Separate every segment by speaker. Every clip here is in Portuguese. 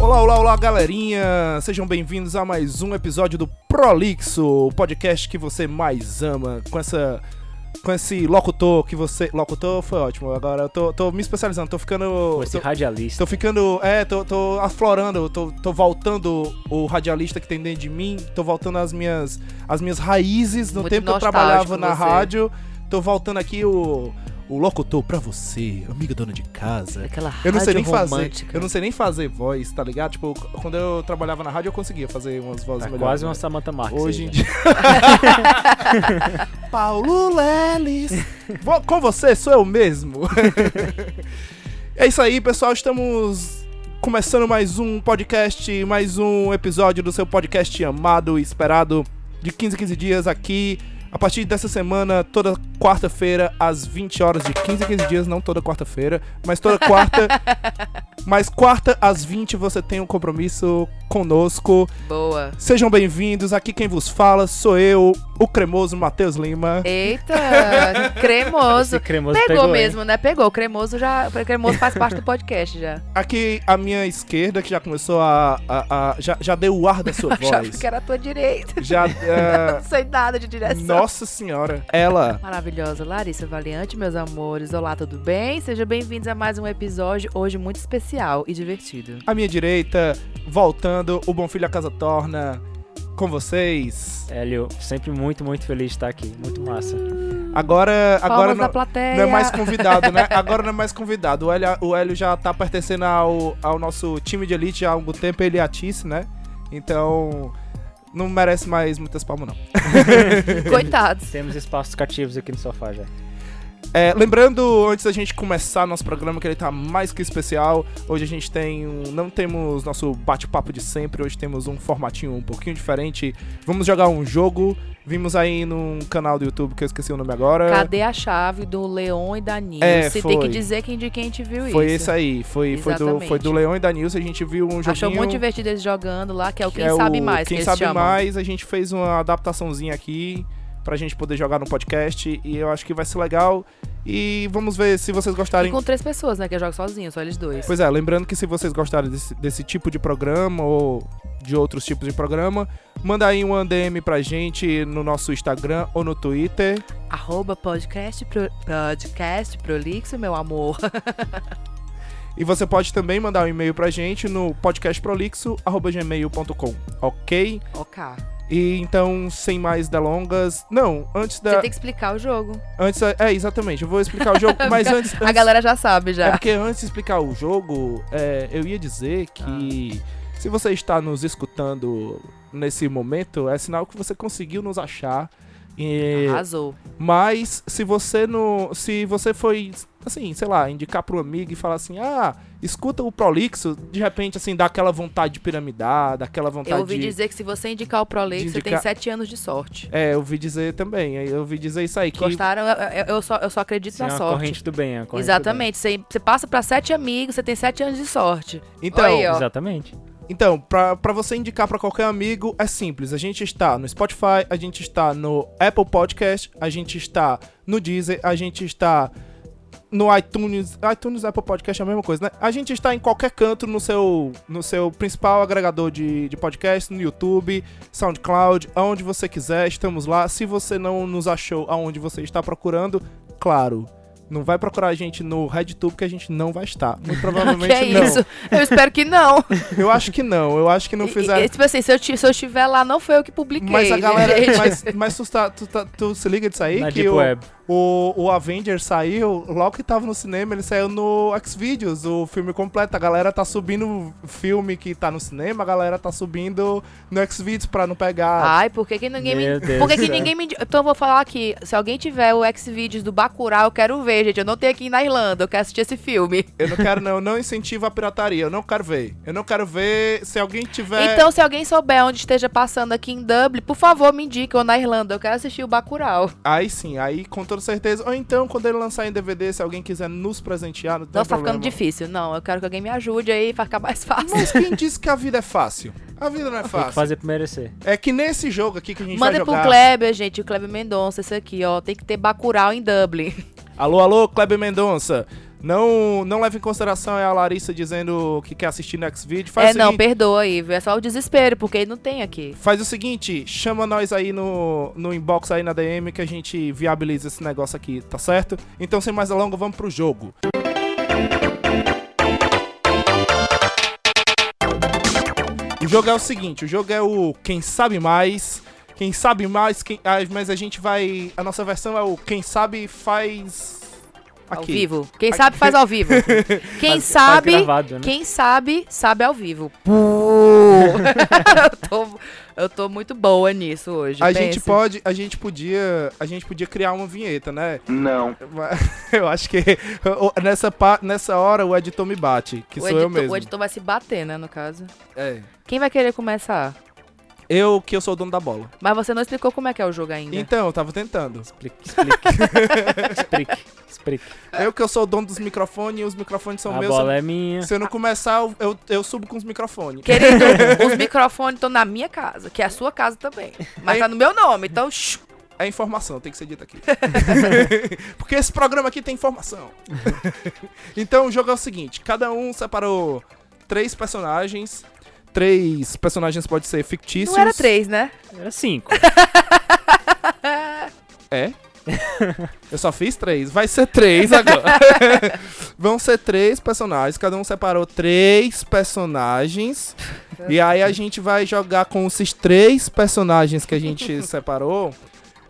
Speaker 1: olá, olá, galerinha! Sejam bem-vindos a mais um episódio do Prolixo, o podcast que você mais ama, com essa. Com esse locutor que você. Locutor foi ótimo, agora eu tô, tô me especializando, tô ficando.
Speaker 2: Com esse
Speaker 1: tô-
Speaker 2: radialista.
Speaker 1: Tô ficando. É, tô, tô aflorando, tô, tô voltando o radialista que tem dentro de mim, tô voltando às minhas, às minhas raízes no
Speaker 3: Muito
Speaker 1: tempo que eu
Speaker 3: nostálgico
Speaker 1: trabalhava na
Speaker 3: você.
Speaker 1: rádio. Tô voltando aqui o, o locutor pra você, amiga dona de casa.
Speaker 3: Aquela
Speaker 1: Eu não sei nem
Speaker 3: rádio
Speaker 1: fazer.
Speaker 3: romântica.
Speaker 1: Eu não sei nem fazer voz, tá ligado? Tipo, quando eu trabalhava na rádio, eu conseguia fazer umas vozes
Speaker 2: Tá
Speaker 1: melhores.
Speaker 2: quase
Speaker 1: né?
Speaker 2: uma Samantha Marques.
Speaker 1: Hoje em
Speaker 2: aí, né?
Speaker 1: dia. Paulo Lelis. Vou com você, sou eu mesmo. é isso aí, pessoal. Estamos começando mais um podcast, mais um episódio do seu podcast amado e esperado de 15 em 15 dias aqui. A partir dessa semana, toda quarta-feira, às 20 horas de 15 em 15 dias, não toda quarta-feira, mas toda quarta. mas quarta às 20 você tem um compromisso conosco.
Speaker 3: Boa.
Speaker 1: Sejam bem-vindos, aqui quem vos fala sou eu, o cremoso Matheus Lima.
Speaker 3: Eita, cremoso.
Speaker 2: Esse cremoso
Speaker 3: Pegou,
Speaker 2: pegou, hein?
Speaker 3: mesmo, né? Pegou. Cremoso já. Cremoso faz parte do podcast já.
Speaker 1: Aqui à minha esquerda, que já começou a. a- a- já, já deu o ar da sua
Speaker 3: Achava
Speaker 1: voz.
Speaker 3: que era a tua direita.
Speaker 1: Já. é,
Speaker 3: Não sei nada de direção.
Speaker 1: nossa senhora. Ela.
Speaker 3: Maravilhosa Larissa Valiante, meus amores. Olá, tudo bem? Sejam bem-vindos a mais um episódio hoje muito especial e divertido.
Speaker 1: À minha direita, voltando, o Bom Filho a Casa Torna. Com vocês.
Speaker 2: Hélio, sempre muito, muito feliz de estar aqui. Muito massa.
Speaker 1: Agora. agora
Speaker 3: Palmas
Speaker 1: não,
Speaker 3: da plateia.
Speaker 1: não é mais convidado, né? Agora não é mais convidado. O Hélio, o Hélio já tá pertencendo ao, ao nosso time de elite há algum tempo, ele é a Tice, né? Então. Não merece mais muitas palmas, não.
Speaker 3: Coitados.
Speaker 2: Temos espaços cativos aqui no sofá já.
Speaker 1: É, lembrando, antes da gente começar nosso programa, que ele tá mais que especial. Hoje a gente tem um. Não temos nosso bate-papo de sempre, hoje temos um formatinho um pouquinho diferente. Vamos jogar um jogo. Vimos aí num canal do YouTube que eu esqueci o nome agora.
Speaker 3: Cadê a chave do Leon e da Nilce?
Speaker 1: É,
Speaker 3: tem
Speaker 1: foi.
Speaker 3: que dizer quem de quem te viu
Speaker 1: Foi
Speaker 3: isso.
Speaker 1: esse aí, foi, foi, do,
Speaker 3: Exatamente.
Speaker 1: foi do Leão e da Nilce, a gente viu um joguinho...
Speaker 3: Achou muito divertido eles jogando lá, que é o
Speaker 1: que
Speaker 3: Quem
Speaker 1: é o
Speaker 3: Sabe Mais.
Speaker 1: Quem
Speaker 3: que eles
Speaker 1: Sabe
Speaker 3: chamam.
Speaker 1: Mais, a gente fez uma adaptaçãozinha aqui pra gente poder jogar no podcast e eu acho que vai ser legal. E vamos ver se vocês
Speaker 3: E
Speaker 1: gostarem.
Speaker 3: com três pessoas, né? Que joga sozinho, só eles dois.
Speaker 1: Pois é, lembrando que se vocês gostarem desse, desse tipo de programa ou de outros tipos de programa, manda aí um DM pra gente no nosso Instagram ou no Twitter.
Speaker 3: Arroba podcast, pro, podcast prolixo, meu amor.
Speaker 1: E você pode também mandar um e-mail pra gente no podcastprolixo.gmail.com, ok?
Speaker 3: Ok.
Speaker 1: E então, sem mais delongas. Não, antes
Speaker 3: Você
Speaker 1: da.
Speaker 3: tem que explicar o jogo.
Speaker 1: Antes da- é, exatamente, eu vou explicar o jogo, mas antes.
Speaker 3: A
Speaker 1: antes-
Speaker 3: galera já sabe,
Speaker 1: É
Speaker 3: já.
Speaker 1: porque antes de explicar o jogo, é, eu ia dizer que
Speaker 3: Ah.
Speaker 1: se você está nos escutando nesse momento, é sinal que você conseguiu nos achar. E-
Speaker 3: Arrasou.
Speaker 1: mas se você não. Se você foi, assim, sei lá, indicar pro amigo e falar assim, ah, escuta o Prolixo, de repente, assim, dá aquela vontade de piramidar, dá aquela vontade
Speaker 3: Eu ouvi
Speaker 1: de.
Speaker 3: dizer que se você indicar o Prolixo,
Speaker 1: de
Speaker 3: você tem
Speaker 1: indicar-
Speaker 3: sete anos de sorte.
Speaker 1: É, eu ouvi dizer também. Eu ouvi dizer isso aí. Que
Speaker 3: Gostaram? Eu, eu- eu só, eu só acredito
Speaker 2: Isso é
Speaker 3: na
Speaker 2: uma
Speaker 3: sorte.
Speaker 2: corrente do bem, é uma corrente
Speaker 3: Exatamente. Você, você passa pra sete amigos, você tem sete anos de sorte.
Speaker 1: Então,
Speaker 2: Do
Speaker 3: Aí,
Speaker 2: bem.
Speaker 3: ó.
Speaker 2: Exatamente.
Speaker 1: Então, pra, pra você indicar pra qualquer amigo, é simples. A gente está no Spotify, a gente está no Apple Podcast, a gente está no Deezer, a gente está no iTunes. iTunes e Apple Podcast é a mesma coisa, né? A gente está em qualquer canto no seu, no seu principal agregador de, de podcast, no YouTube, SoundCloud, aonde você quiser, estamos lá. Se você não nos achou aonde você está procurando, claro. Não vai procurar a gente no RedTube que a gente não vai estar. Muito provavelmente
Speaker 3: Que é
Speaker 1: não.
Speaker 3: isso? Eu espero que não.
Speaker 1: Eu acho que não. Eu acho que não
Speaker 3: E- e-
Speaker 1: fizeram.
Speaker 3: e, tipo assim, se eu, ti- se eu estiver lá, não foi eu que publiquei.
Speaker 1: Mas a galera. é
Speaker 3: gente.
Speaker 1: Mas, mas tu, tá- tu tá- tu se liga disso aí?
Speaker 2: Na
Speaker 1: que
Speaker 2: Deep
Speaker 1: o,
Speaker 2: é Web.
Speaker 1: o, o Avengers saiu, logo que tava no cinema, ele saiu no Xvideos, o filme completo. A galera tá subindo o filme que tá no cinema, a galera tá subindo no Xvideos pra não pegar.
Speaker 3: Ai, por que, que ninguém me.
Speaker 2: Meu Deus
Speaker 3: Por que,
Speaker 2: do
Speaker 3: que
Speaker 2: céu.
Speaker 3: ninguém me. Então eu vou falar aqui. Se alguém tiver o X-Videos do Bacurau, eu quero ver, gente. Eu não tenho aqui na Irlanda, eu quero assistir esse filme.
Speaker 1: Eu não quero, não. Eu não incentivo a pirataria. Eu não quero ver. Eu não quero ver. Se alguém tiver.
Speaker 3: Então, se alguém souber onde esteja passando aqui em Dublin, por favor, me indique. Ou na Irlanda, eu quero assistir o Bacurau.
Speaker 1: Aí sim, aí com toda certeza. Ou então, quando ele lançar em DVD, se alguém quiser nos presentear, não tem
Speaker 3: Nossa, tá
Speaker 1: problema.
Speaker 3: ficando difícil. Não, eu quero que alguém me ajude aí pra ficar mais fácil.
Speaker 1: Mas quem disse que a vida é fácil? A vida não é
Speaker 2: Tem que
Speaker 1: fácil.
Speaker 2: fazer pra merecer.
Speaker 1: É que nesse jogo aqui que a gente vai
Speaker 3: Manda pro
Speaker 1: jogar...
Speaker 3: Kleber, gente. O Kleber Mendonça, esse aqui, ó. Tem que ter Bacurau em Dublin.
Speaker 1: Alô, alô, Kleber Mendonça. Não, não leva em consideração é a Larissa dizendo que quer assistir Next Video. Faz,
Speaker 3: É,
Speaker 1: o
Speaker 3: não,
Speaker 1: seguinte,
Speaker 3: perdoa aí, viu? É só o desespero, porque não tem aqui.
Speaker 1: faz o seguinte, chama nós aí no, no inbox aí na DM que a gente viabiliza esse negócio aqui, tá certo? Então, sem mais delongas, vamos pro jogo. O jogo é o seguinte, o jogo é o Quem Sabe Mais. Quem sabe mais, quem, ah, mas a gente vai. A nossa versão é o Quem Sabe faz.
Speaker 3: Ao
Speaker 1: Aqui.
Speaker 3: vivo. Quem sabe faz ao vivo. Quem
Speaker 2: Mas tá
Speaker 3: sabe.
Speaker 2: gravado, né?
Speaker 3: Quem sabe, sabe ao vivo. eu, tô, eu tô muito boa nisso hoje.
Speaker 1: A gente
Speaker 3: pensa.
Speaker 1: pode, a gente podia, a gente podia criar uma vinheta, né? Não. Eu acho que o- nessa pa- nessa hora o editor me bate, que
Speaker 3: o
Speaker 1: sou
Speaker 3: editor,
Speaker 1: eu mesmo.
Speaker 3: O editor vai se bater, né, no caso.
Speaker 1: É.
Speaker 3: Quem vai querer começar?
Speaker 1: Eu que eu sou o dono da bola.
Speaker 3: Mas você não explicou como é que é o jogo ainda.
Speaker 1: Então, eu tava tentando.
Speaker 2: Explique, explique. explique, explique.
Speaker 3: É.
Speaker 1: Eu que eu sou o dono dos microfones e os microfones são
Speaker 2: a
Speaker 1: meus.
Speaker 2: bola
Speaker 1: se-
Speaker 2: é minha.
Speaker 1: Se eu não começar, eu, eu, eu subo com os microfones.
Speaker 3: Querido, os microfones estão na minha casa, que é a sua casa também. Mas
Speaker 1: Aí-
Speaker 3: tá no meu nome, então. shh.
Speaker 1: É informação, tem que ser dita aqui. Porque esse programa aqui tem informação. então o jogo é o seguinte: cada um separou três personagens. Três personagens podem ser fictícios.
Speaker 3: Não era três, né?
Speaker 2: Era cinco.
Speaker 1: É? Eu só fiz três. Vai ser três agora. Vão ser três personagens. Cada um separou três personagens. E aí a gente vai jogar com esses três personagens que a gente separou.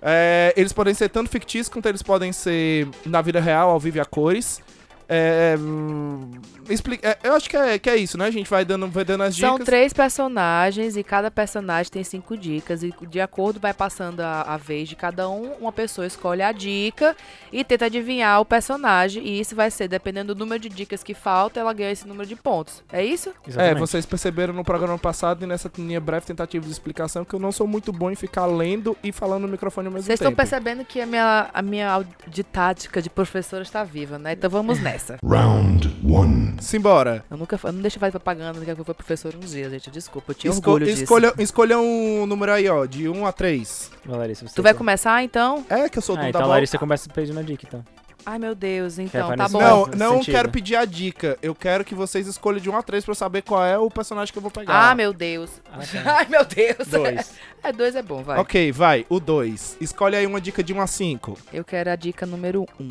Speaker 1: É, eles podem ser tanto fictícios quanto eles podem ser na vida real, ao vivo e a cores. É, hum, explica- é, eu acho que é, que é isso, né? A gente vai dando, vai dando as
Speaker 3: São
Speaker 1: dicas.
Speaker 3: três personagens e cada personagem tem cinco dicas. E de acordo vai passando a, a vez de cada um, uma pessoa escolhe a dica e tenta adivinhar o personagem. E isso vai ser, dependendo do número de dicas que falta, ela ganha esse número de pontos. É isso?
Speaker 1: É,
Speaker 2: Exatamente.
Speaker 1: vocês perceberam no programa passado e nessa minha breve tentativa de explicação que eu não sou muito bom em ficar lendo e falando no microfone ao mesmo
Speaker 3: Vocês estão
Speaker 1: tempo.
Speaker 3: percebendo que a minha, a minha au- de tática de professora está viva, né? Então vamos nessa.
Speaker 4: Round one.
Speaker 1: Simbora.
Speaker 3: Eu nunca fa- eu não deixo fazer propaganda, porque eu fui professora uns dias, gente. Desculpa, eu tinha
Speaker 1: Esco-
Speaker 3: orgulho disso.
Speaker 1: escolha, escolha um número aí, ó, de 1 a 3.
Speaker 2: Vai, Larissa, você
Speaker 3: Tu vai
Speaker 2: tem.
Speaker 3: começar, então?
Speaker 1: É que eu sou o
Speaker 2: Ah,
Speaker 1: dono
Speaker 2: então
Speaker 1: da
Speaker 2: a
Speaker 1: bola.
Speaker 2: Larissa começa pedindo a dica, então.
Speaker 3: Ai, meu Deus, então,
Speaker 2: vai
Speaker 3: tá
Speaker 2: nesse
Speaker 3: bom.
Speaker 1: Não,
Speaker 2: Faz
Speaker 1: não
Speaker 2: sentido.
Speaker 1: quero pedir a dica. Eu quero que vocês escolham de 1 a 3 pra eu saber qual é o personagem que eu vou pegar.
Speaker 3: Ah, meu Deus.
Speaker 2: Ah, tá.
Speaker 3: Ai, meu Deus.
Speaker 2: Dois.
Speaker 3: É, dois é bom, vai.
Speaker 1: Ok, vai, o 2. Escolhe aí uma dica de 1 a 5.
Speaker 3: Eu quero a dica número um.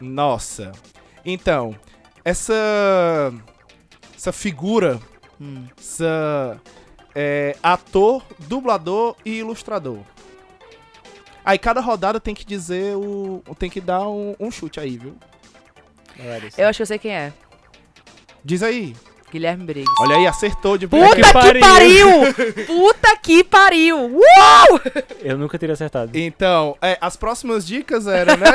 Speaker 1: Nossa. Então, essa. Essa figura
Speaker 3: Hum.
Speaker 1: Sa- é, ator, dublador e ilustrador. Aí cada rodada tem que dizer o. tem que dar um, um chute aí, viu?
Speaker 2: Vai, Larissa.
Speaker 3: Eu acho que eu sei quem é.
Speaker 1: Diz aí.
Speaker 3: Guilherme Briggs.
Speaker 1: Olha aí, acertou de
Speaker 3: Puta
Speaker 1: primeira.
Speaker 3: que,
Speaker 2: pariu.
Speaker 3: pariu! Puta que pariu! Uh!
Speaker 2: Eu nunca teria acertado.
Speaker 1: Então, é, as próximas dicas eram, né?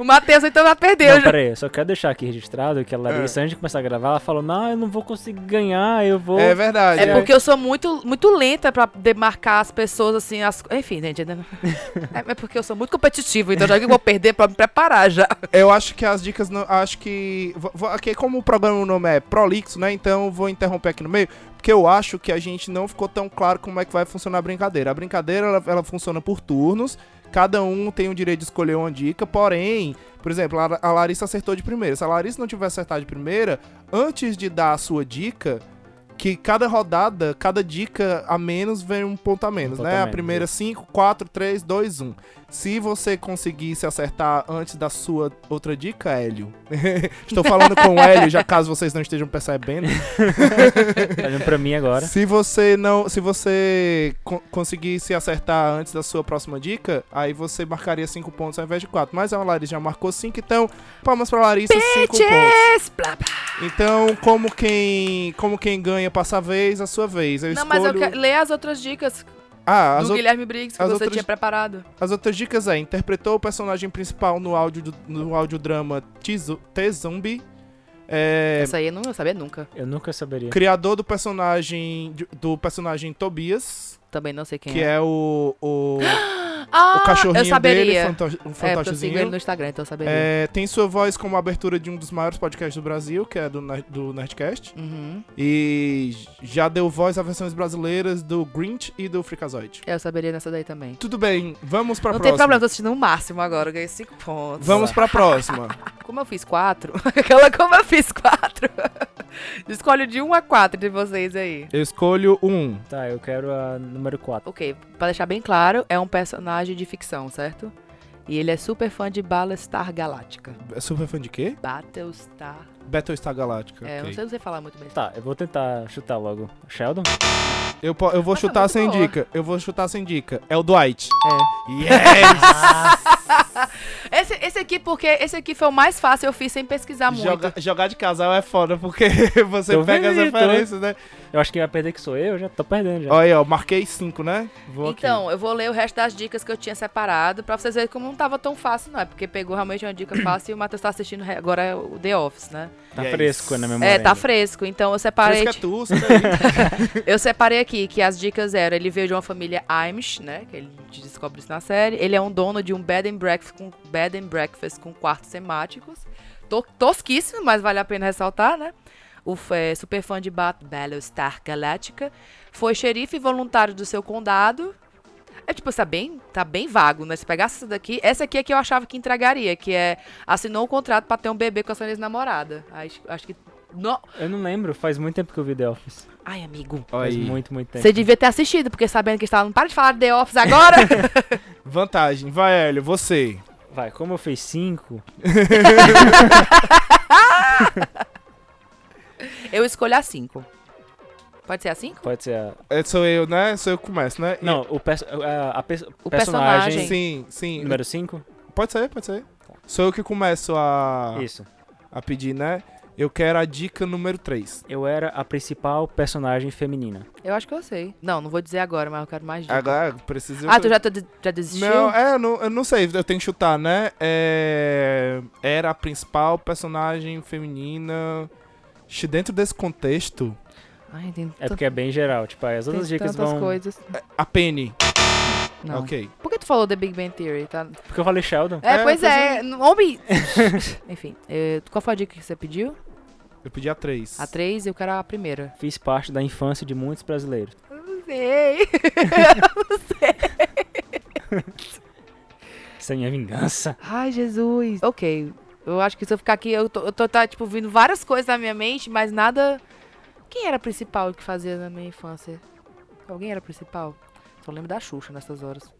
Speaker 3: O Matheus então já perdeu.
Speaker 2: Não,
Speaker 3: já.
Speaker 2: peraí, eu só quero deixar aqui registrado que a Larissa,
Speaker 1: É.
Speaker 2: antes de começar a gravar, ela falou: Não, eu não vou conseguir ganhar, eu vou.
Speaker 1: é verdade.
Speaker 3: É porque eu sou muito, muito lenta pra demarcar as pessoas, assim, as... enfim, gente. ainda não- É é porque eu sou muito competitivo, então já que eu vou perder pra me preparar já.
Speaker 1: Eu acho que as dicas não. Acho que. vou- vou- Aqui, como o programa o nome é Prolixo, né? Então eu vou interromper aqui no meio. Porque eu acho que a gente não ficou tão claro como é que vai funcionar a brincadeira. A brincadeira ela, ela funciona por turnos. Cada um tem o direito de escolher uma dica. Porém, por exemplo, a, a Larissa acertou de primeira. Se a Larissa não tiver acertado de primeira, antes de dar a sua dica. Que cada rodada, cada dica a menos vem um ponto a menos,
Speaker 2: ponto
Speaker 1: né?
Speaker 2: a
Speaker 1: A
Speaker 2: menos,
Speaker 1: primeira 5, 4, 3, 2, 1. Se você conseguisse acertar antes da sua outra dica, Hélio. Estou falando com o Hélio, já caso vocês não estejam percebendo.
Speaker 2: Fazendo pra mim agora.
Speaker 1: Se você não, se você co- conseguisse acertar antes da sua próxima dica, aí você marcaria 5 pontos ao invés de 4. Mas a Larissa já marcou 5, então palmas para Larissa, 5 pontos.
Speaker 3: Yes, blá, blá.
Speaker 1: Então, como quem, como quem ganha passa a vez, a sua vez. Eu
Speaker 3: Não,
Speaker 1: escolho
Speaker 3: mas eu quero ler as outras dicas
Speaker 1: Ah, as,
Speaker 3: do
Speaker 1: ou-
Speaker 3: Guilherme Briggs que
Speaker 1: as
Speaker 3: você
Speaker 1: outras-
Speaker 3: tinha preparado.
Speaker 1: As outras dicas é, interpretou o personagem principal no áudio do- no audiodrama Tizu- T-Zumbi. É,
Speaker 3: Essa aí eu não ia saber nunca.
Speaker 2: Eu nunca saberia.
Speaker 1: criador do personagem do personagem Tobias,
Speaker 3: É. Também não sei quem
Speaker 1: que
Speaker 3: é.
Speaker 1: é o, o
Speaker 3: Ah,
Speaker 1: é o cachorrinho
Speaker 3: eu saberia.
Speaker 1: dele, fanto- o
Speaker 3: é, porque eu sigo ele
Speaker 1: fantochezinho.
Speaker 3: no Instagram, então eu saberia.
Speaker 1: É, tem sua voz como abertura de um dos maiores podcasts do Brasil, que é do, Ner- do Nerdcast.
Speaker 3: Uhum.
Speaker 1: E já deu voz a versões brasileiras do Grinch e do Freakazoid.
Speaker 3: É, Eu saberia nessa daí também.
Speaker 1: Tudo bem, vamos pra
Speaker 3: Não tem
Speaker 1: próxima.
Speaker 3: problema, eu tô assistindo o máximo agora, eu ganhei 5 pontos.
Speaker 1: Vamos pra próxima.
Speaker 3: Como eu fiz quatro? Aquela como eu fiz quatro. Escolho de 1 um a 4 de vocês aí.
Speaker 1: Eu escolho um.
Speaker 2: Tá, eu quero a número 4.
Speaker 3: Ok, pra deixar bem claro, é um personagem de ficção, certo? E ele é super fã de Battlestar Galáctica.
Speaker 1: É Super fã de quê?
Speaker 3: Battlestar.
Speaker 1: Battlestar Galactica.
Speaker 3: É, eu não
Speaker 1: ok.
Speaker 3: sei, não sei falar muito bem.
Speaker 2: Tá, eu vou tentar chutar logo. Sheldon?
Speaker 1: Eu, po- eu vou
Speaker 3: Mas tá
Speaker 1: chutar
Speaker 3: muito
Speaker 1: sem
Speaker 3: boa.
Speaker 1: dica. Eu vou chutar sem dica. É o Dwight.
Speaker 3: É.
Speaker 1: Yes!
Speaker 3: Esse, esse aqui, porque esse aqui foi o mais fácil, eu fiz sem pesquisar Tá muito.
Speaker 1: Joga- jogar de casal é foda, porque você
Speaker 2: Tô
Speaker 1: pega as
Speaker 2: vendo, tô.
Speaker 1: referências, né?
Speaker 2: Eu acho que vai perder que sou eu, já tô perdendo já.
Speaker 1: Olha aí, ó, marquei cinco, né? Vou aqui.
Speaker 3: Então, eu vou ler o resto das dicas que eu tinha separado pra vocês verem como não tava tão fácil, não. É porque pegou realmente uma dica fácil e o Matheus tá assistindo re- agora o The Office, né?
Speaker 2: Tá
Speaker 1: Yes.
Speaker 2: fresco na memória.
Speaker 3: É, tá
Speaker 2: ainda.
Speaker 3: fresco. Então eu
Speaker 1: Parece
Speaker 3: separei.
Speaker 1: que é tu, você tá aí.
Speaker 3: Eu separei aqui que as dicas eram: ele veio de uma família Amish, né? Que ele te descobre isso na série. Ele é um dono de um bed and breakfast com, bed and breakfast com quartos temáticos. To- tosquíssimo, mas vale a pena ressaltar, né? O f- é, super fã de Bat Battlestar Galactica. Foi xerife voluntário do seu condado. É tipo, tá bem, tá bem vago, né? Se pegasse essa daqui, essa aqui é que eu achava que entregaria, que é assinou um contrato pra ter um bebê com a sua ex-namorada. Aí Acho que. No...
Speaker 2: Eu não lembro, faz muito tempo que eu vi The Office.
Speaker 3: Ai, amigo.
Speaker 1: Olha
Speaker 2: Faz
Speaker 1: aí.
Speaker 2: muito, muito tempo.
Speaker 3: Você devia ter assistido, porque sabendo que estava. Não para de falar de The Office agora!
Speaker 1: Vantagem. Vai, Hélio, você.
Speaker 2: Vai, como eu fiz 5,
Speaker 3: eu escolho a 5. Pode ser a 5?
Speaker 2: pode ser a...
Speaker 1: É, sou eu, né? Sou eu que começo, né? E-
Speaker 2: Não, o, perso- a, a perso-
Speaker 3: O
Speaker 2: personagem...
Speaker 3: personagem.
Speaker 1: Sim, sim.
Speaker 2: Número 5?
Speaker 1: Pode ser, pode ser. Sou eu que começo a,
Speaker 2: Isso.
Speaker 1: a pedir, né? Eu quero a dica número 3.
Speaker 2: Eu era a principal personagem feminina.
Speaker 3: Eu acho que eu sei. Não, não vou dizer agora, mas eu quero mais dicas.
Speaker 1: Agora, preciso...
Speaker 3: Ah, tu já, tá de- já desistiu?
Speaker 1: Não, é, eu não, eu não sei, eu tenho que chutar, né? É, era a principal personagem feminina. Ixi, Dentro desse contexto,
Speaker 3: Ai, tem,
Speaker 2: É
Speaker 3: tan-
Speaker 2: porque é bem geral, tipo, as
Speaker 3: tem
Speaker 2: outras dicas
Speaker 3: tantas
Speaker 2: vão...
Speaker 3: coisas.
Speaker 1: a Penny.
Speaker 3: Não.
Speaker 1: Ok.
Speaker 3: Por que tu falou The Big Bang Theory? Tá?
Speaker 2: Porque eu falei Sheldon.
Speaker 3: É,
Speaker 1: É,
Speaker 3: pois
Speaker 1: pois
Speaker 3: é. Homem. Enfim, eh, qual foi a dica que você pediu?
Speaker 1: Eu pedi a 3.
Speaker 3: A 3 e eu quero a primeira.
Speaker 2: Fiz parte da infância de muitos brasileiros.
Speaker 3: Não sei.
Speaker 2: Isso é minha vingança.
Speaker 3: Ai, Jesus. Ok. Eu acho que se eu ficar aqui, eu tô, eu tô tá, tipo, vindo várias coisas na minha mente, mas nada. Quem era a principal que fazia na minha infância? Alguém era a principal? Só lembro da Xuxa nessas horas.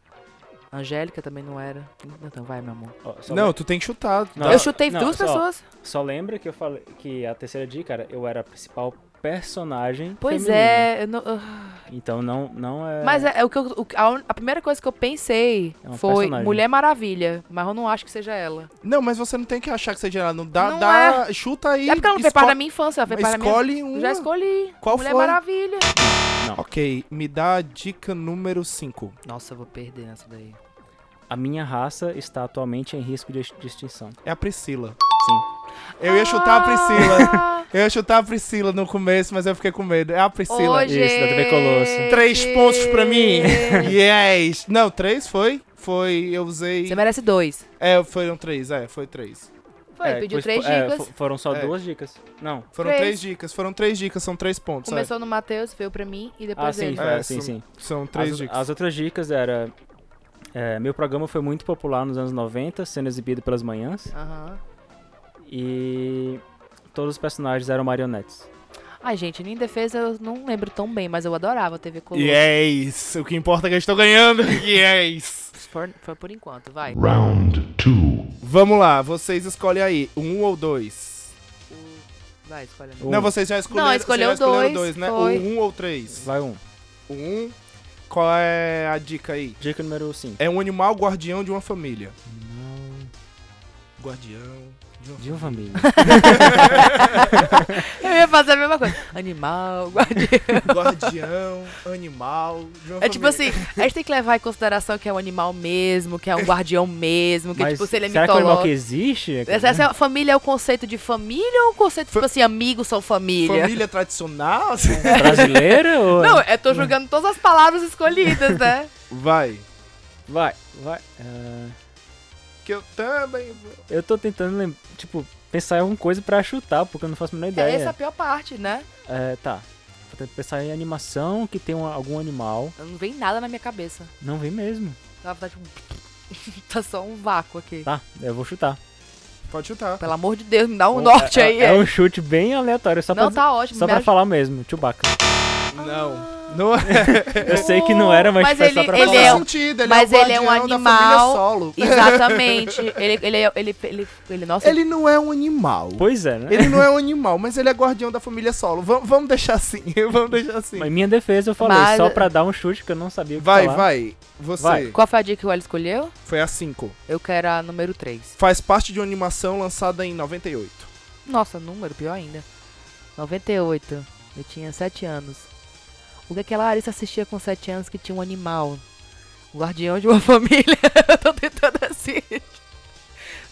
Speaker 3: Angélica também não era. Então vai, meu amor.
Speaker 2: Ó, só
Speaker 1: Não, tá. tu tem que chutar.
Speaker 2: Não,
Speaker 3: eu chutei
Speaker 2: não,
Speaker 3: duas
Speaker 2: só-
Speaker 3: pessoas.
Speaker 2: Só lembra que eu falei que a terceira dica, cara, eu era a principal personagem.
Speaker 3: Pois
Speaker 2: feminina.
Speaker 3: é. eu não- ah,
Speaker 2: Então não, não é.
Speaker 3: Mas é, é o que eu- o- a, un- a primeira coisa que eu pensei
Speaker 2: É uma
Speaker 3: foi
Speaker 2: personagem.
Speaker 3: Mulher Maravilha, mas eu não acho que seja ela.
Speaker 1: Não, mas você não tem que achar que seja ela. Não dá,
Speaker 3: Não
Speaker 1: dá chuta aí.
Speaker 3: é porque ela não fez
Speaker 1: esco-
Speaker 3: parte da minha infância, ela fez parte da minha.
Speaker 1: Escolhe um.
Speaker 3: Já escolhi.
Speaker 1: Qual
Speaker 3: Mulher é
Speaker 1: foi?
Speaker 3: Maravilha.
Speaker 1: Ok, me dá a dica número 5.
Speaker 3: Nossa, eu vou perder nessa daí.
Speaker 2: A minha raça está atualmente em risco de, ex- de extinção.
Speaker 1: É a Priscila.
Speaker 2: Sim.
Speaker 1: Eu ia chutar a Priscila.
Speaker 3: Ah,
Speaker 1: Eu ia chutar a Priscila no começo, mas eu fiquei com medo. É a Priscila.
Speaker 3: ô,
Speaker 2: Isso, da TV Colosso.
Speaker 1: Três
Speaker 3: gente.
Speaker 1: pontos pra mim. yes! Não, três foi? Foi, eu usei.
Speaker 3: Você merece dois.
Speaker 1: É, foram três, é, foi três.
Speaker 3: Foi,
Speaker 2: É,
Speaker 3: pediu
Speaker 2: pois-
Speaker 3: três
Speaker 2: é,
Speaker 3: dicas.
Speaker 2: fo- foram só
Speaker 1: É.
Speaker 2: duas dicas. Não.
Speaker 1: Foram
Speaker 3: Três.
Speaker 1: três, dicas, foram três dicas, são três pontos. é.
Speaker 3: Começou no Matheus, veio pra mim e depois
Speaker 2: ah, sim,
Speaker 3: ele.
Speaker 2: foi,
Speaker 1: É,
Speaker 2: sim, sim.
Speaker 1: São três
Speaker 2: as,
Speaker 1: dicas.
Speaker 2: as outras dicas era. é, meu programa foi muito popular nos anos 90, sendo exibido pelas manhãs.
Speaker 3: Aham.
Speaker 2: E todos os personagens eram marionetes.
Speaker 3: Ai, gente, em defesa eu não lembro tão bem, mas eu adorava a TV Colosso.
Speaker 1: Yes! O que importa é que eu estou ganhando. Yes!
Speaker 3: Foi, foi por enquanto, vai.
Speaker 4: Round two.
Speaker 1: Vamos lá, vocês escolhem aí, um ou dois.
Speaker 3: Vai, escolhe.
Speaker 2: Um.
Speaker 1: Não, vocês já escolheram,
Speaker 3: Não, escolheu
Speaker 1: vocês já escolheram
Speaker 3: dois,
Speaker 1: né?
Speaker 3: foi.
Speaker 1: O um ou três.
Speaker 2: Vai um.
Speaker 1: O um, qual é a dica aí?
Speaker 2: Dica número 5.
Speaker 1: É um animal guardião de uma família. Guardião de uma
Speaker 2: De uma família.
Speaker 3: Eu ia fazer a mesma coisa. Animal, guardião.
Speaker 1: Guardião, animal de uma
Speaker 3: É tipo assim, a gente tem que levar em consideração que é um animal mesmo, que é um guardião mesmo, que
Speaker 2: Mas
Speaker 3: tipo, se ele é
Speaker 2: será que o animal que
Speaker 3: mitológico.
Speaker 2: existe?
Speaker 3: Essa, essa é a família é o conceito de família ou o conceito, tipo assim, amigos são família?
Speaker 1: família tradicional. assim?
Speaker 2: Brasileira ou. é-
Speaker 3: Não, eu tô jogando todas as palavras escolhidas, né?
Speaker 1: Vai.
Speaker 2: Vai, vai. Ah,
Speaker 1: Que eu também. vou.
Speaker 2: eu tô tentando, lem- tipo, pensar em alguma coisa pra chutar, porque eu não faço a menor
Speaker 3: É,
Speaker 2: ideia.
Speaker 3: essa é a pior parte, né?
Speaker 2: É, tá. Vou tentar pensar em animação que tem um- algum animal.
Speaker 3: Não vem nada na minha cabeça.
Speaker 2: Não vem mesmo.
Speaker 3: Tá, tá, tipo, tá só um vácuo aqui.
Speaker 2: Tá, eu vou chutar.
Speaker 1: Pode chutar.
Speaker 3: Pelo amor de Deus, me dá um
Speaker 2: Bom,
Speaker 3: norte
Speaker 2: é,
Speaker 3: aí.
Speaker 2: É,
Speaker 3: é.
Speaker 2: um chute bem aleatório, só
Speaker 3: Não,
Speaker 2: pra,
Speaker 3: tá ótimo.
Speaker 2: só
Speaker 3: me
Speaker 2: pra
Speaker 3: ajuda.
Speaker 2: falar mesmo. Chewbacca.
Speaker 1: Não. Não é.
Speaker 2: Eu sei que não era, mas,
Speaker 3: Mas
Speaker 2: tipo, é só
Speaker 3: ele-
Speaker 2: pra
Speaker 3: ele
Speaker 1: Faz
Speaker 2: falar.
Speaker 3: é um-
Speaker 1: sentido, ele
Speaker 3: mas
Speaker 1: é, o
Speaker 3: ele é um
Speaker 1: guardião da
Speaker 3: animal.
Speaker 1: família solo.
Speaker 3: Exatamente. ele, ele, é- ele, ele, ele, nossa,
Speaker 1: Ele não é um animal.
Speaker 2: Pois é, né?
Speaker 1: Ele não é um animal, mas ele é guardião da família solo. Vam- vamos deixar assim, vamos deixar assim.
Speaker 2: Mas em minha defesa eu falei,
Speaker 3: é um- Mas-
Speaker 2: só pra dar um chute que eu não sabia o que
Speaker 1: Vai,
Speaker 2: falar.
Speaker 1: vai. Você
Speaker 2: Vai.
Speaker 3: Qual foi a dica que o Hélio escolheu?
Speaker 1: foi a 5.
Speaker 3: Eu quero a número 3.
Speaker 1: Faz parte de uma animação lançada em 98.
Speaker 3: Nossa, número, pior ainda. 98. Eu tinha 7 anos. O que aquela Larissa assistia com 7 anos que tinha um animal? O guardião de uma família. Eu tô tentando assistir.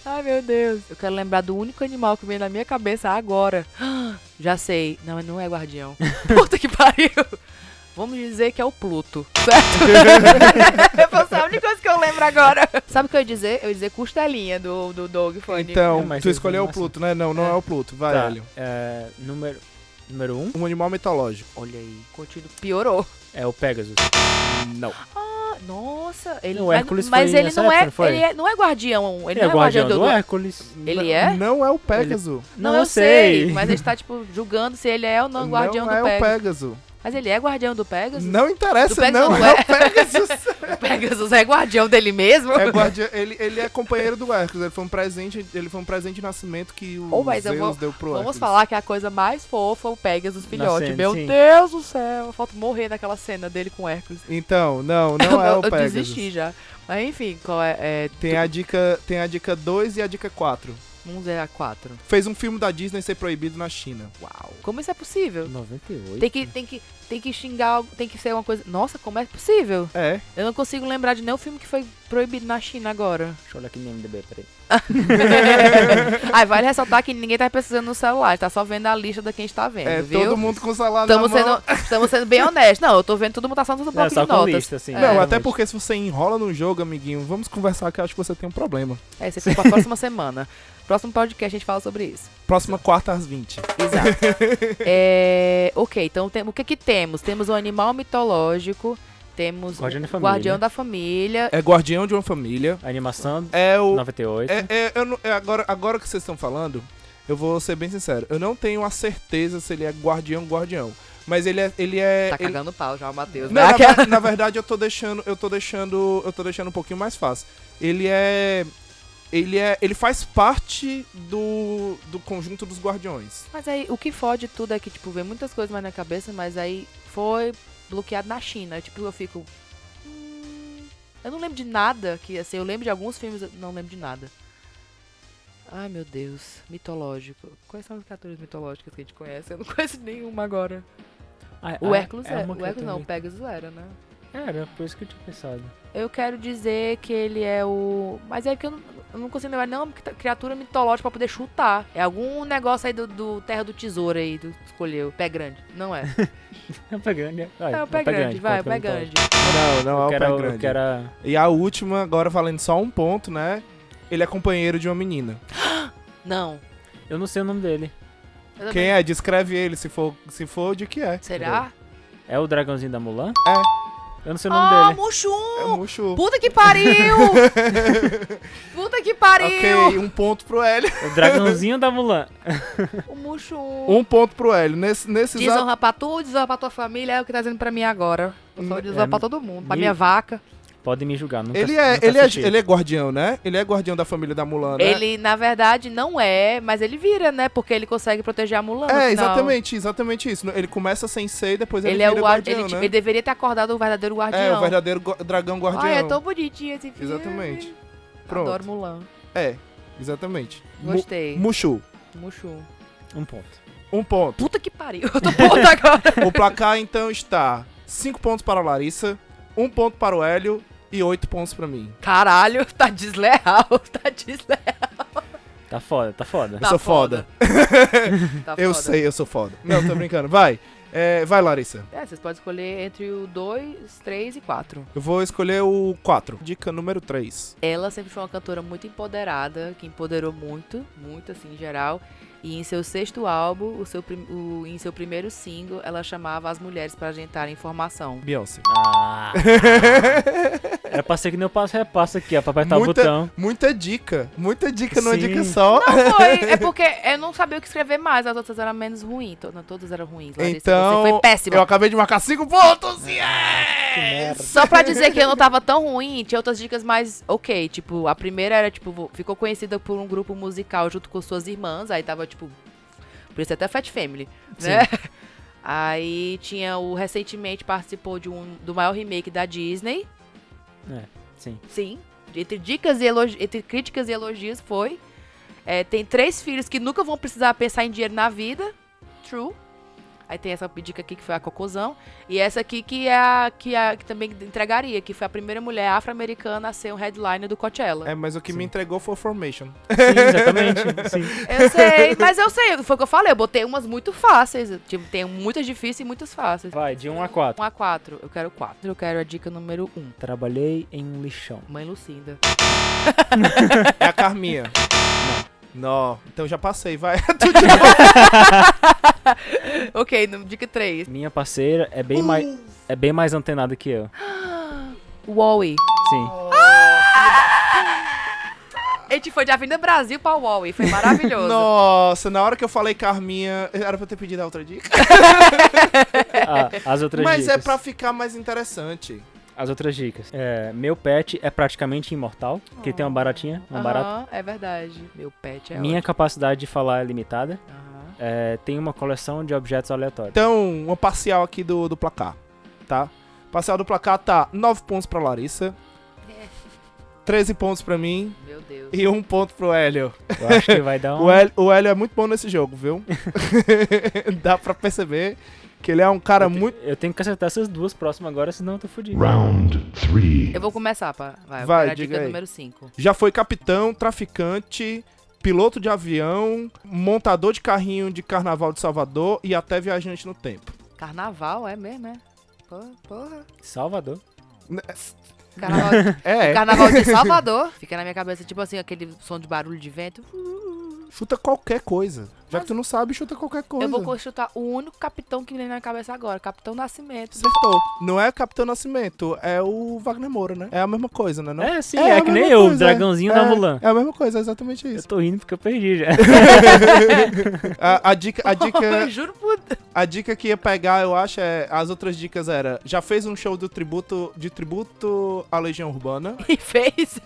Speaker 3: Ai, meu Deus. Eu quero lembrar do único animal que veio na minha cabeça agora. Já sei. Não, não é guardião. Puta que pariu. Vamos dizer que é o Pluto, certo? Foi a única coisa que eu lembro agora. Sabe o que eu ia dizer? Eu ia dizer costelinha do, do Doug Funny.
Speaker 1: Então,
Speaker 2: É, mas
Speaker 1: tu
Speaker 2: eles
Speaker 1: escolheu
Speaker 2: não
Speaker 1: o Pluto, né? Não, não é, o Pluto. Vai,
Speaker 2: Tá,
Speaker 1: Hélio.
Speaker 2: é, número, número um
Speaker 1: Um animal mitológico.
Speaker 3: Olha aí, contido piorou.
Speaker 2: é o Pegasus.
Speaker 1: Não.
Speaker 3: Ah, nossa, ele
Speaker 2: O
Speaker 3: mas-
Speaker 2: Hércules
Speaker 3: mas
Speaker 2: foi
Speaker 3: ele
Speaker 2: nessa
Speaker 3: não é,
Speaker 2: época, não foi?
Speaker 3: ele é- não é guardião, ele
Speaker 2: é
Speaker 3: não é guardião do,
Speaker 2: Hércules.
Speaker 3: Ele é?
Speaker 1: Não é o Pégaso.
Speaker 3: Não, eu sei, mas a gente tá tipo julgando se ele é ou não guardião
Speaker 1: é
Speaker 3: do
Speaker 1: o
Speaker 3: Pegasus.
Speaker 1: Pégaso.
Speaker 3: Mas ele é guardião do Pegasus?
Speaker 1: Não interessa,
Speaker 3: Do Pegasus
Speaker 1: não.
Speaker 3: não
Speaker 1: É o Pegasus.
Speaker 3: O Pegasus é guardião dele mesmo?
Speaker 1: é guardiã, ele, ele é companheiro do Hércules. Ele foi um presente, ele foi um presente de nascimento que o
Speaker 3: Oh, mas eu
Speaker 1: Zeus
Speaker 3: vou-
Speaker 1: deu pro
Speaker 3: Vamos
Speaker 1: Hércules.
Speaker 3: falar que a coisa mais fofa é o Pegasus filhote.
Speaker 2: cena,
Speaker 3: Meu
Speaker 2: sim.
Speaker 3: Deus do céu, falta morrer naquela cena dele com o Hércules.
Speaker 1: Então, não, não é o
Speaker 3: eu
Speaker 1: Pegasus.
Speaker 3: desisti já. Mas enfim, qual é? é
Speaker 1: Tem a dica, tem a dica 2 e a dica 4.
Speaker 3: Vamos dizer um a 4.
Speaker 1: Fez um filme da Disney ser proibido na China.
Speaker 3: Uau. Como isso é possível?
Speaker 2: 98.
Speaker 3: Tem que, tem que, tem que xingar, tem que ser uma coisa. Nossa, como é possível?
Speaker 1: É.
Speaker 3: Eu não consigo lembrar de nenhum filme que foi proibido na China agora.
Speaker 2: Deixa eu olhar aqui no MDB, peraí.
Speaker 3: Ai, vale ressaltar que ninguém tá pesquisando no celular, tá só vendo a lista da quem está vendo,
Speaker 1: É,
Speaker 3: viu?
Speaker 1: todo mundo com salário
Speaker 3: Estamos
Speaker 1: na mão.
Speaker 3: sendo, estamos sendo bem honestos. Não, eu tô vendo todo mundo tá só no
Speaker 2: Não,
Speaker 3: bloco
Speaker 2: É, só
Speaker 3: de
Speaker 2: com
Speaker 3: notas.
Speaker 2: lista, assim.
Speaker 3: Não,
Speaker 1: Não,
Speaker 2: né,
Speaker 1: até
Speaker 2: mas-
Speaker 1: porque se você enrola num jogo, amiguinho, vamos conversar que eu acho que você tem um problema.
Speaker 3: É, isso aqui é pra próxima semana. Próximo podcast a gente fala sobre isso.
Speaker 1: Próxima quarta às 20.
Speaker 3: Exato. É, ok, então tem- o que que temos? Temos um animal mitológico, temos
Speaker 2: Guardião da
Speaker 3: o
Speaker 2: Família.
Speaker 3: guardião da família.
Speaker 1: É guardião de uma família.
Speaker 2: A animação
Speaker 1: É o.
Speaker 2: 98.
Speaker 1: É, é, eu não- é agora, agora que vocês estão falando, eu vou ser bem sincero. Eu não tenho a certeza se ele é guardião guardião. Mas ele é. Ele é
Speaker 3: Tá
Speaker 1: ele-
Speaker 3: cagando pau já o Matheus.
Speaker 1: Não,
Speaker 3: né?
Speaker 1: na,
Speaker 3: Aquela-
Speaker 1: ver- na verdade, eu tô deixando. Eu tô deixando. Eu tô deixando um pouquinho mais fácil. Ele é. Ele é. Ele faz parte do. do conjunto dos guardiões.
Speaker 3: Mas aí, o que fode tudo é que, tipo, vem muitas coisas mais na cabeça, mas aí foi bloqueado na China. Tipo, eu fico. "Hum, eu não lembro de nada que, assim, eu lembro de alguns filmes, eu não lembro de nada. Ai, meu Deus, mitológico. Quais são as criaturas mitológicas que a gente conhece? Eu não conheço nenhuma agora.
Speaker 2: Ah,
Speaker 3: O
Speaker 2: ah,
Speaker 3: Hércules é,
Speaker 2: uma
Speaker 3: o
Speaker 2: que eu
Speaker 3: Hércules não, o
Speaker 2: também-
Speaker 3: Pegasus era, né?
Speaker 2: Era, por isso que eu tinha pensado.
Speaker 3: Eu quero dizer que ele é o. Mas é que eu não, eu não consigo lembrar, não, porque tá- criatura mitológica pra poder chutar. É algum negócio aí do, do Terra do Tesouro aí, do escolheu. Pé grande. Não é.
Speaker 2: É o Pé Grande. um Vai,
Speaker 3: É o pé grande, vai, o pé grande.
Speaker 1: Não, não
Speaker 2: Eu
Speaker 1: é o
Speaker 2: quero,
Speaker 1: pé
Speaker 2: Eu
Speaker 1: grande.
Speaker 2: quero a-
Speaker 1: E a última, agora valendo só um ponto, né? Ele é companheiro de uma menina.
Speaker 3: Não.
Speaker 2: Eu não sei o nome dele.
Speaker 3: Eu também-
Speaker 1: Quem é? Descreve ele, se for, se for de que é.
Speaker 3: Será?
Speaker 2: É o dragãozinho da Mulan? Eu não sei o nome
Speaker 3: Ah,
Speaker 2: dele.
Speaker 1: É
Speaker 3: Mushum!
Speaker 1: Mushu.
Speaker 3: Puta que pariu! Puta que pariu!
Speaker 1: Ok, um ponto pro Hélio.
Speaker 2: É O dragãozinho da Mulan.
Speaker 3: O Mushum.
Speaker 1: Um ponto pro Hélio. Nesse, nesse exato-
Speaker 3: Desonra pra tu, desonra pra tua família, é o que tá dizendo pra mim agora. Eu sou desonra
Speaker 2: É,
Speaker 3: pra todo mundo, pra
Speaker 2: me-
Speaker 3: minha vaca.
Speaker 2: Podem me julgar. Nunca,
Speaker 1: Ele é,
Speaker 2: nunca
Speaker 1: ele, é,
Speaker 2: assisti.
Speaker 1: ele é guardião, né? Ele é guardião da família da Mulan, né?
Speaker 3: Ele, na verdade, não é, mas ele vira, né? Porque ele consegue proteger a Mulan. no
Speaker 1: É,
Speaker 3: final.
Speaker 1: exatamente, exatamente isso. Ele começa sem ser e depois ele,
Speaker 3: Ele, é
Speaker 1: vira
Speaker 3: o guar-
Speaker 1: guardião,
Speaker 3: ele, tipo,
Speaker 1: né?
Speaker 3: ele deveria ter acordado o verdadeiro guardião.
Speaker 1: É, o verdadeiro gu- dragão guardião.
Speaker 3: Ai, é tão bonitinho esse filme.
Speaker 1: Exatamente. Pronto.
Speaker 3: Adoro Mulan.
Speaker 1: É, exatamente. Mu-
Speaker 3: Gostei.
Speaker 1: Mushu,
Speaker 3: Mushum.
Speaker 2: Um ponto.
Speaker 1: um ponto.
Speaker 3: Puta que pariu, eu tô puta agora.
Speaker 1: O placar então está 5 pontos para a Larissa, 1 um ponto para o Hélio e 8 pontos para mim.
Speaker 3: Caralho, tá desleal, tá desleal.
Speaker 2: Tá foda, tá foda.
Speaker 1: sou foda.
Speaker 3: Tá
Speaker 1: eu
Speaker 3: foda.
Speaker 1: sei, eu sou foda. Não, tô brincando. Vai. É, vai, Larissa.
Speaker 3: É, vocês podem escolher entre o 2, 3 e 4.
Speaker 1: Eu vou escolher o 4. Dica número 3.
Speaker 3: Ela sempre foi uma cantora muito empoderada, que empoderou muito, muito assim em geral. E em seu sexto álbum, o seu, prim- o- em seu primeiro single, ela chamava as mulheres para agentarem informação.
Speaker 1: Beyoncé.
Speaker 2: Ah. Era pra ser que nem eu passo repassa aqui, ó, pra apertar o botão.
Speaker 1: muita dica. Muita dica numa
Speaker 2: Sim.
Speaker 1: dica só.
Speaker 3: Foi, é porque eu não sabia o que escrever mais, as outras eram menos ruins. To- não, todas eram ruins, Larissa.
Speaker 1: então.
Speaker 3: Você foi péssima.
Speaker 1: Eu acabei de marcar 5
Speaker 2: É,
Speaker 1: pontos. Yes!
Speaker 3: Só pra dizer que eu não tava tão ruim, tinha outras dicas mais ok. Tipo, a primeira era, tipo, vo- ficou conhecida por um grupo musical junto com suas irmãs. Aí tava, tipo, por isso é até Fat Family, né? Aí tinha o recentemente participou de um do maior remake da Disney.
Speaker 2: Sim.
Speaker 3: Sim. Entre dicas e elogi- entre críticas e elogios foi. É, tem três filhos que nunca vão precisar pensar em dinheiro na vida. True. Aí tem essa dica aqui que foi a Cocôzão. E essa aqui que é a que, é, a- que também entregaria, que foi a primeira mulher afro-americana a ser um headliner do Coachella.
Speaker 1: É, mas o que me
Speaker 2: Sim.
Speaker 1: entregou foi Formation.
Speaker 2: Sim, exatamente. Sim.
Speaker 3: Eu sei, mas eu sei, foi o que eu falei, eu botei umas muito fáceis. Tipo, tem muitas difíceis e muitas fáceis.
Speaker 2: Vai, de 1 a 4.
Speaker 3: 1 a 4, eu quero 4. Eu quero a dica número 1.
Speaker 2: Trabalhei em um lixão.
Speaker 3: Mãe Lucinda.
Speaker 1: É a Carminha. Não. Então já passei, vai.
Speaker 3: ok, no- dica 3.
Speaker 2: Minha parceira é bem mais é bem mais antenada que eu.
Speaker 3: Wall-E.
Speaker 2: Sim.
Speaker 3: A gente foi de Avenida Brasil pra Huawei, foi maravilhoso.
Speaker 1: Nossa, na hora que eu falei Carminha, era pra eu ter pedido a outra dica.
Speaker 2: Ah, as outras
Speaker 1: Mas
Speaker 2: dicas.
Speaker 1: é pra ficar mais interessante.
Speaker 2: As outras dicas. É, meu pet é praticamente imortal, que ele tem uma baratinha, uma
Speaker 3: Aham,
Speaker 2: barata.
Speaker 3: É verdade. Meu pet é
Speaker 2: Minha capacidade de falar é limitada.
Speaker 3: ótimo. Aham.
Speaker 2: É, tem uma coleção de objetos aleatórios.
Speaker 1: Então, uma parcial aqui do, do placar, tá? Parcial do placar tá 9 pontos pra Larissa, É. 13 pontos pra mim
Speaker 3: Meu Deus.
Speaker 1: e 1 ponto pro Hélio.
Speaker 2: Eu acho que vai dar um.
Speaker 1: O Hélio, o Hélio é muito bom nesse jogo, viu? Dá pra perceber que ele é um cara muito.
Speaker 2: Eu tenho que acertar essas duas próximas agora, senão eu tô fudido.
Speaker 4: Round three.
Speaker 3: Eu vou começar, pá. Vai, eu
Speaker 1: Vai,
Speaker 3: quero a
Speaker 1: diga
Speaker 3: dica
Speaker 1: aí.
Speaker 3: número 5.
Speaker 1: Já foi capitão, traficante, piloto de avião, montador de carrinho de carnaval de Salvador e até viajante no tempo.
Speaker 3: Carnaval, é mesmo, é? Porra, porra.
Speaker 2: Salvador.
Speaker 3: Carnaval,
Speaker 1: É,
Speaker 3: Carnaval de Salvador. Fica na minha cabeça, tipo assim, aquele som de barulho de vento.
Speaker 1: chuta qualquer coisa. Já que tu não sabe, chuta qualquer coisa.
Speaker 3: Eu vou chutar o único capitão que me vem na minha cabeça agora, Capitão Nascimento.
Speaker 1: Acertou. Não é Capitão Nascimento, é o Wagner Moura, né? É a mesma coisa, né? Não?
Speaker 2: É, sim,
Speaker 1: É,
Speaker 2: é,
Speaker 1: a
Speaker 2: que
Speaker 1: mesma
Speaker 2: nem eu,
Speaker 1: coisa,
Speaker 2: o dragãozinho
Speaker 1: é,
Speaker 2: da Mulan.
Speaker 1: É a mesma coisa, é exatamente
Speaker 2: Eu
Speaker 1: isso.
Speaker 2: tô rindo porque eu perdi já.
Speaker 1: A, a dica, a, dica,
Speaker 3: Juro por
Speaker 1: a dica que ia pegar, eu acho, é. As outras dicas era. Já fez um show do tributo, de tributo à Legião Urbana.
Speaker 3: que fez.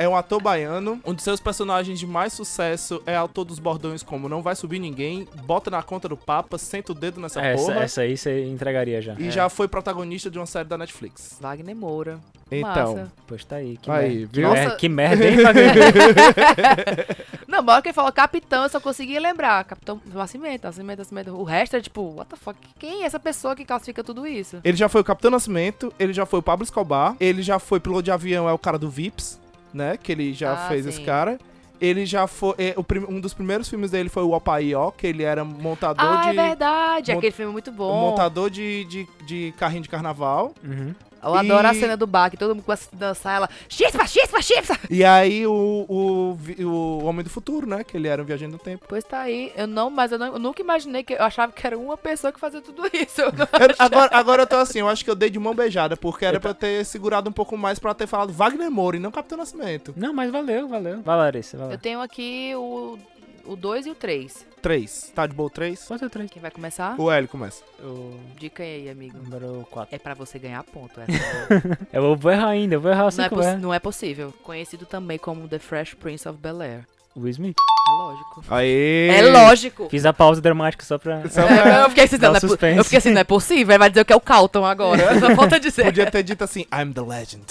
Speaker 1: É um ator baiano. Um de seus personagens de mais sucesso é autor dos bordões como Não Vai Subir Ninguém, Bota na Conta do Papa, Senta o Dedo nessa
Speaker 2: Essa,
Speaker 1: porra.
Speaker 2: essa aí você entregaria já.
Speaker 1: E
Speaker 2: É.
Speaker 1: já foi protagonista de uma série da Netflix.
Speaker 3: Wagner Moura.
Speaker 1: Então.
Speaker 3: Massa.
Speaker 2: Pois tá aí. Que
Speaker 1: Aí,
Speaker 2: merda.
Speaker 1: viu?
Speaker 2: Que, merda,
Speaker 3: Nossa.
Speaker 2: que merda, hein, Wagner?
Speaker 3: Não, na hora que ele falou capitão, eu só conseguia lembrar. Capitão Nascimento, Nascimento, Nascimento. O resto é tipo, what the fuck? Quem é essa pessoa que classifica tudo isso?
Speaker 1: Ele já foi o Capitão Nascimento, ele já foi o Pablo Escobar, ele já foi piloto de avião, é o cara do Vips, né? Que ele já
Speaker 3: Ah,
Speaker 1: fez
Speaker 3: sim.
Speaker 1: esse cara. Ele já foi. é, o prim- um dos primeiros filmes dele foi o Opaió, que ele era montador
Speaker 3: Ah, é
Speaker 1: de.
Speaker 3: verdade.
Speaker 1: mont-
Speaker 3: Aquele filme é muito bom.
Speaker 1: Montador de, de, de carrinho de carnaval.
Speaker 2: Uhum.
Speaker 3: Eu adoro a
Speaker 1: E-
Speaker 3: cena do bar, que todo mundo começa a dançar ela. Chispa, chispa, chispa!
Speaker 1: E aí o, o, vi- o Homem do Futuro, né? Que ele era um viajante do tempo.
Speaker 3: Pois tá aí. Eu não, mas eu, não- eu nunca imaginei que. Eu achava que era uma pessoa que fazia tudo isso. Eu não-
Speaker 1: Eu- agora, agora eu tô assim, eu acho que eu dei de mão beijada, porque era pra eu ter segurado um pouco mais pra ter falado Wagner Moura e não Capitão Nascimento.
Speaker 2: Não, mas valeu, valeu. Vai, Larissa, vai lá.
Speaker 3: Eu tenho aqui o. O 2 e o 3.
Speaker 1: 3. Tá de boa 3?
Speaker 2: Quanto eu três?
Speaker 3: Quem vai começar?
Speaker 1: O Hélio começa.
Speaker 2: O
Speaker 3: Dica aí, amigo.
Speaker 2: número 4.
Speaker 3: É pra você ganhar ponto. Essa.
Speaker 2: Eu vou errar ainda, eu vou errar
Speaker 3: não, é
Speaker 2: cinco
Speaker 3: possi-
Speaker 2: vezes.
Speaker 3: não é possível. Conhecido também como The Fresh Prince of Bel Air.
Speaker 2: Will Smith.
Speaker 3: É lógico.
Speaker 1: Aê!
Speaker 3: É lógico.
Speaker 2: Fiz a pausa dramática só pra...
Speaker 1: Só
Speaker 3: É,
Speaker 1: pra-
Speaker 3: eu, fiquei assim, não,
Speaker 2: Dá
Speaker 3: não é
Speaker 2: o
Speaker 3: po-
Speaker 2: suspense. É.
Speaker 3: eu fiquei assim, não é possível. Ele vai dizer que é o Calton agora. Só falta dizer.
Speaker 1: Podia ter dito assim, I'm the legend.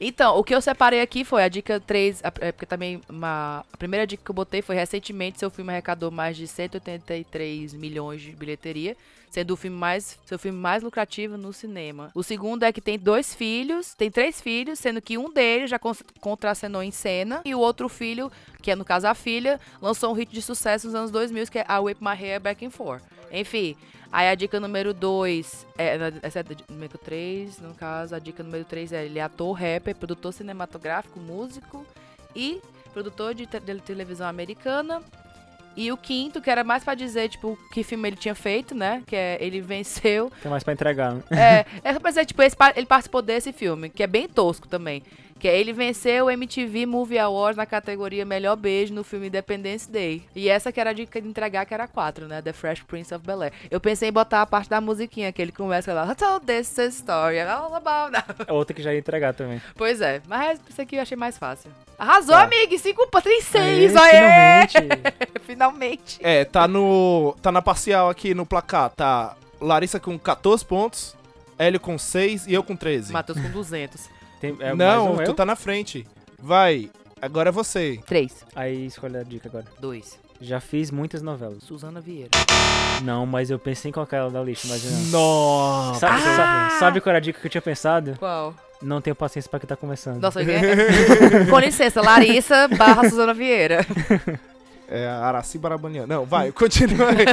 Speaker 3: Então, o que eu separei aqui foi a dica 3, a- é, porque também uma- a primeira dica que eu botei foi recentemente seu filme arrecadou mais de 183 milhões de bilheteria, sendo o filme mais, seu filme mais lucrativo no cinema. O segundo é que tem dois filhos, tem três filhos, sendo que um deles já con- contracenou em cena e o outro filho, que é no caso a filha, lançou um hit de sucesso nos anos 2000, que é I Whip My Hair Back and Forth. Enfim, aí a dica número 2, é, na- essa é a dica número 3, no caso, a dica número 3 é ele é ator, rapper, produtor cinematográfico, músico e produtor de, te- de televisão americana. E o quinto, que era mais pra dizer, tipo, que filme ele tinha feito, né? Que é ele venceu.
Speaker 2: Tem mais pra entregar, né?
Speaker 3: É, é mas é tipo, esse pa- ele participou desse filme, que é bem tosco também. Que é ele venceu o MTV Movie Awards na categoria Melhor Beijo no filme Independence Day. E essa que era a dica de entregar, que era quatro, né? The Fresh Prince of Bel-Air. Eu pensei em botar a parte da musiquinha, que ele começa lá... So this is a story all about...
Speaker 2: É outra que já ia entregar também.
Speaker 3: Pois é, mas isso aqui eu achei mais fácil. Arrasou,
Speaker 2: Tá.
Speaker 3: amigo! Cinco, pra- tem seis,
Speaker 2: Aê,
Speaker 3: aê!
Speaker 2: Finalmente!
Speaker 3: Finalmente!
Speaker 1: É, tá no. Tá na parcial aqui no placar. Tá Larissa com 14 pontos, Hélio com 6 e eu com 13.
Speaker 3: Matheus com 200.
Speaker 2: Tem- é,
Speaker 1: Não,
Speaker 2: mais um
Speaker 1: tu
Speaker 2: eu?
Speaker 1: tá na frente. Vai, agora é você.
Speaker 3: Três.
Speaker 2: Aí escolhe a dica agora.
Speaker 3: Dois.
Speaker 2: Já fiz muitas novelas.
Speaker 3: Suzana Vieira.
Speaker 2: Não, mas eu pensei em colocar ela da lista, mas eu não.
Speaker 1: Nossa!
Speaker 2: Sabe,
Speaker 3: Ah!
Speaker 2: sabe- sabe qual era a dica que eu tinha pensado?
Speaker 3: Qual?
Speaker 2: Não tenho paciência pra quem tá começando.
Speaker 3: Nossa, alguém... com licença, Larissa barra Suzana Vieira.
Speaker 2: Então.
Speaker 1: É Araci Barabanian. Não, vai, continua aí.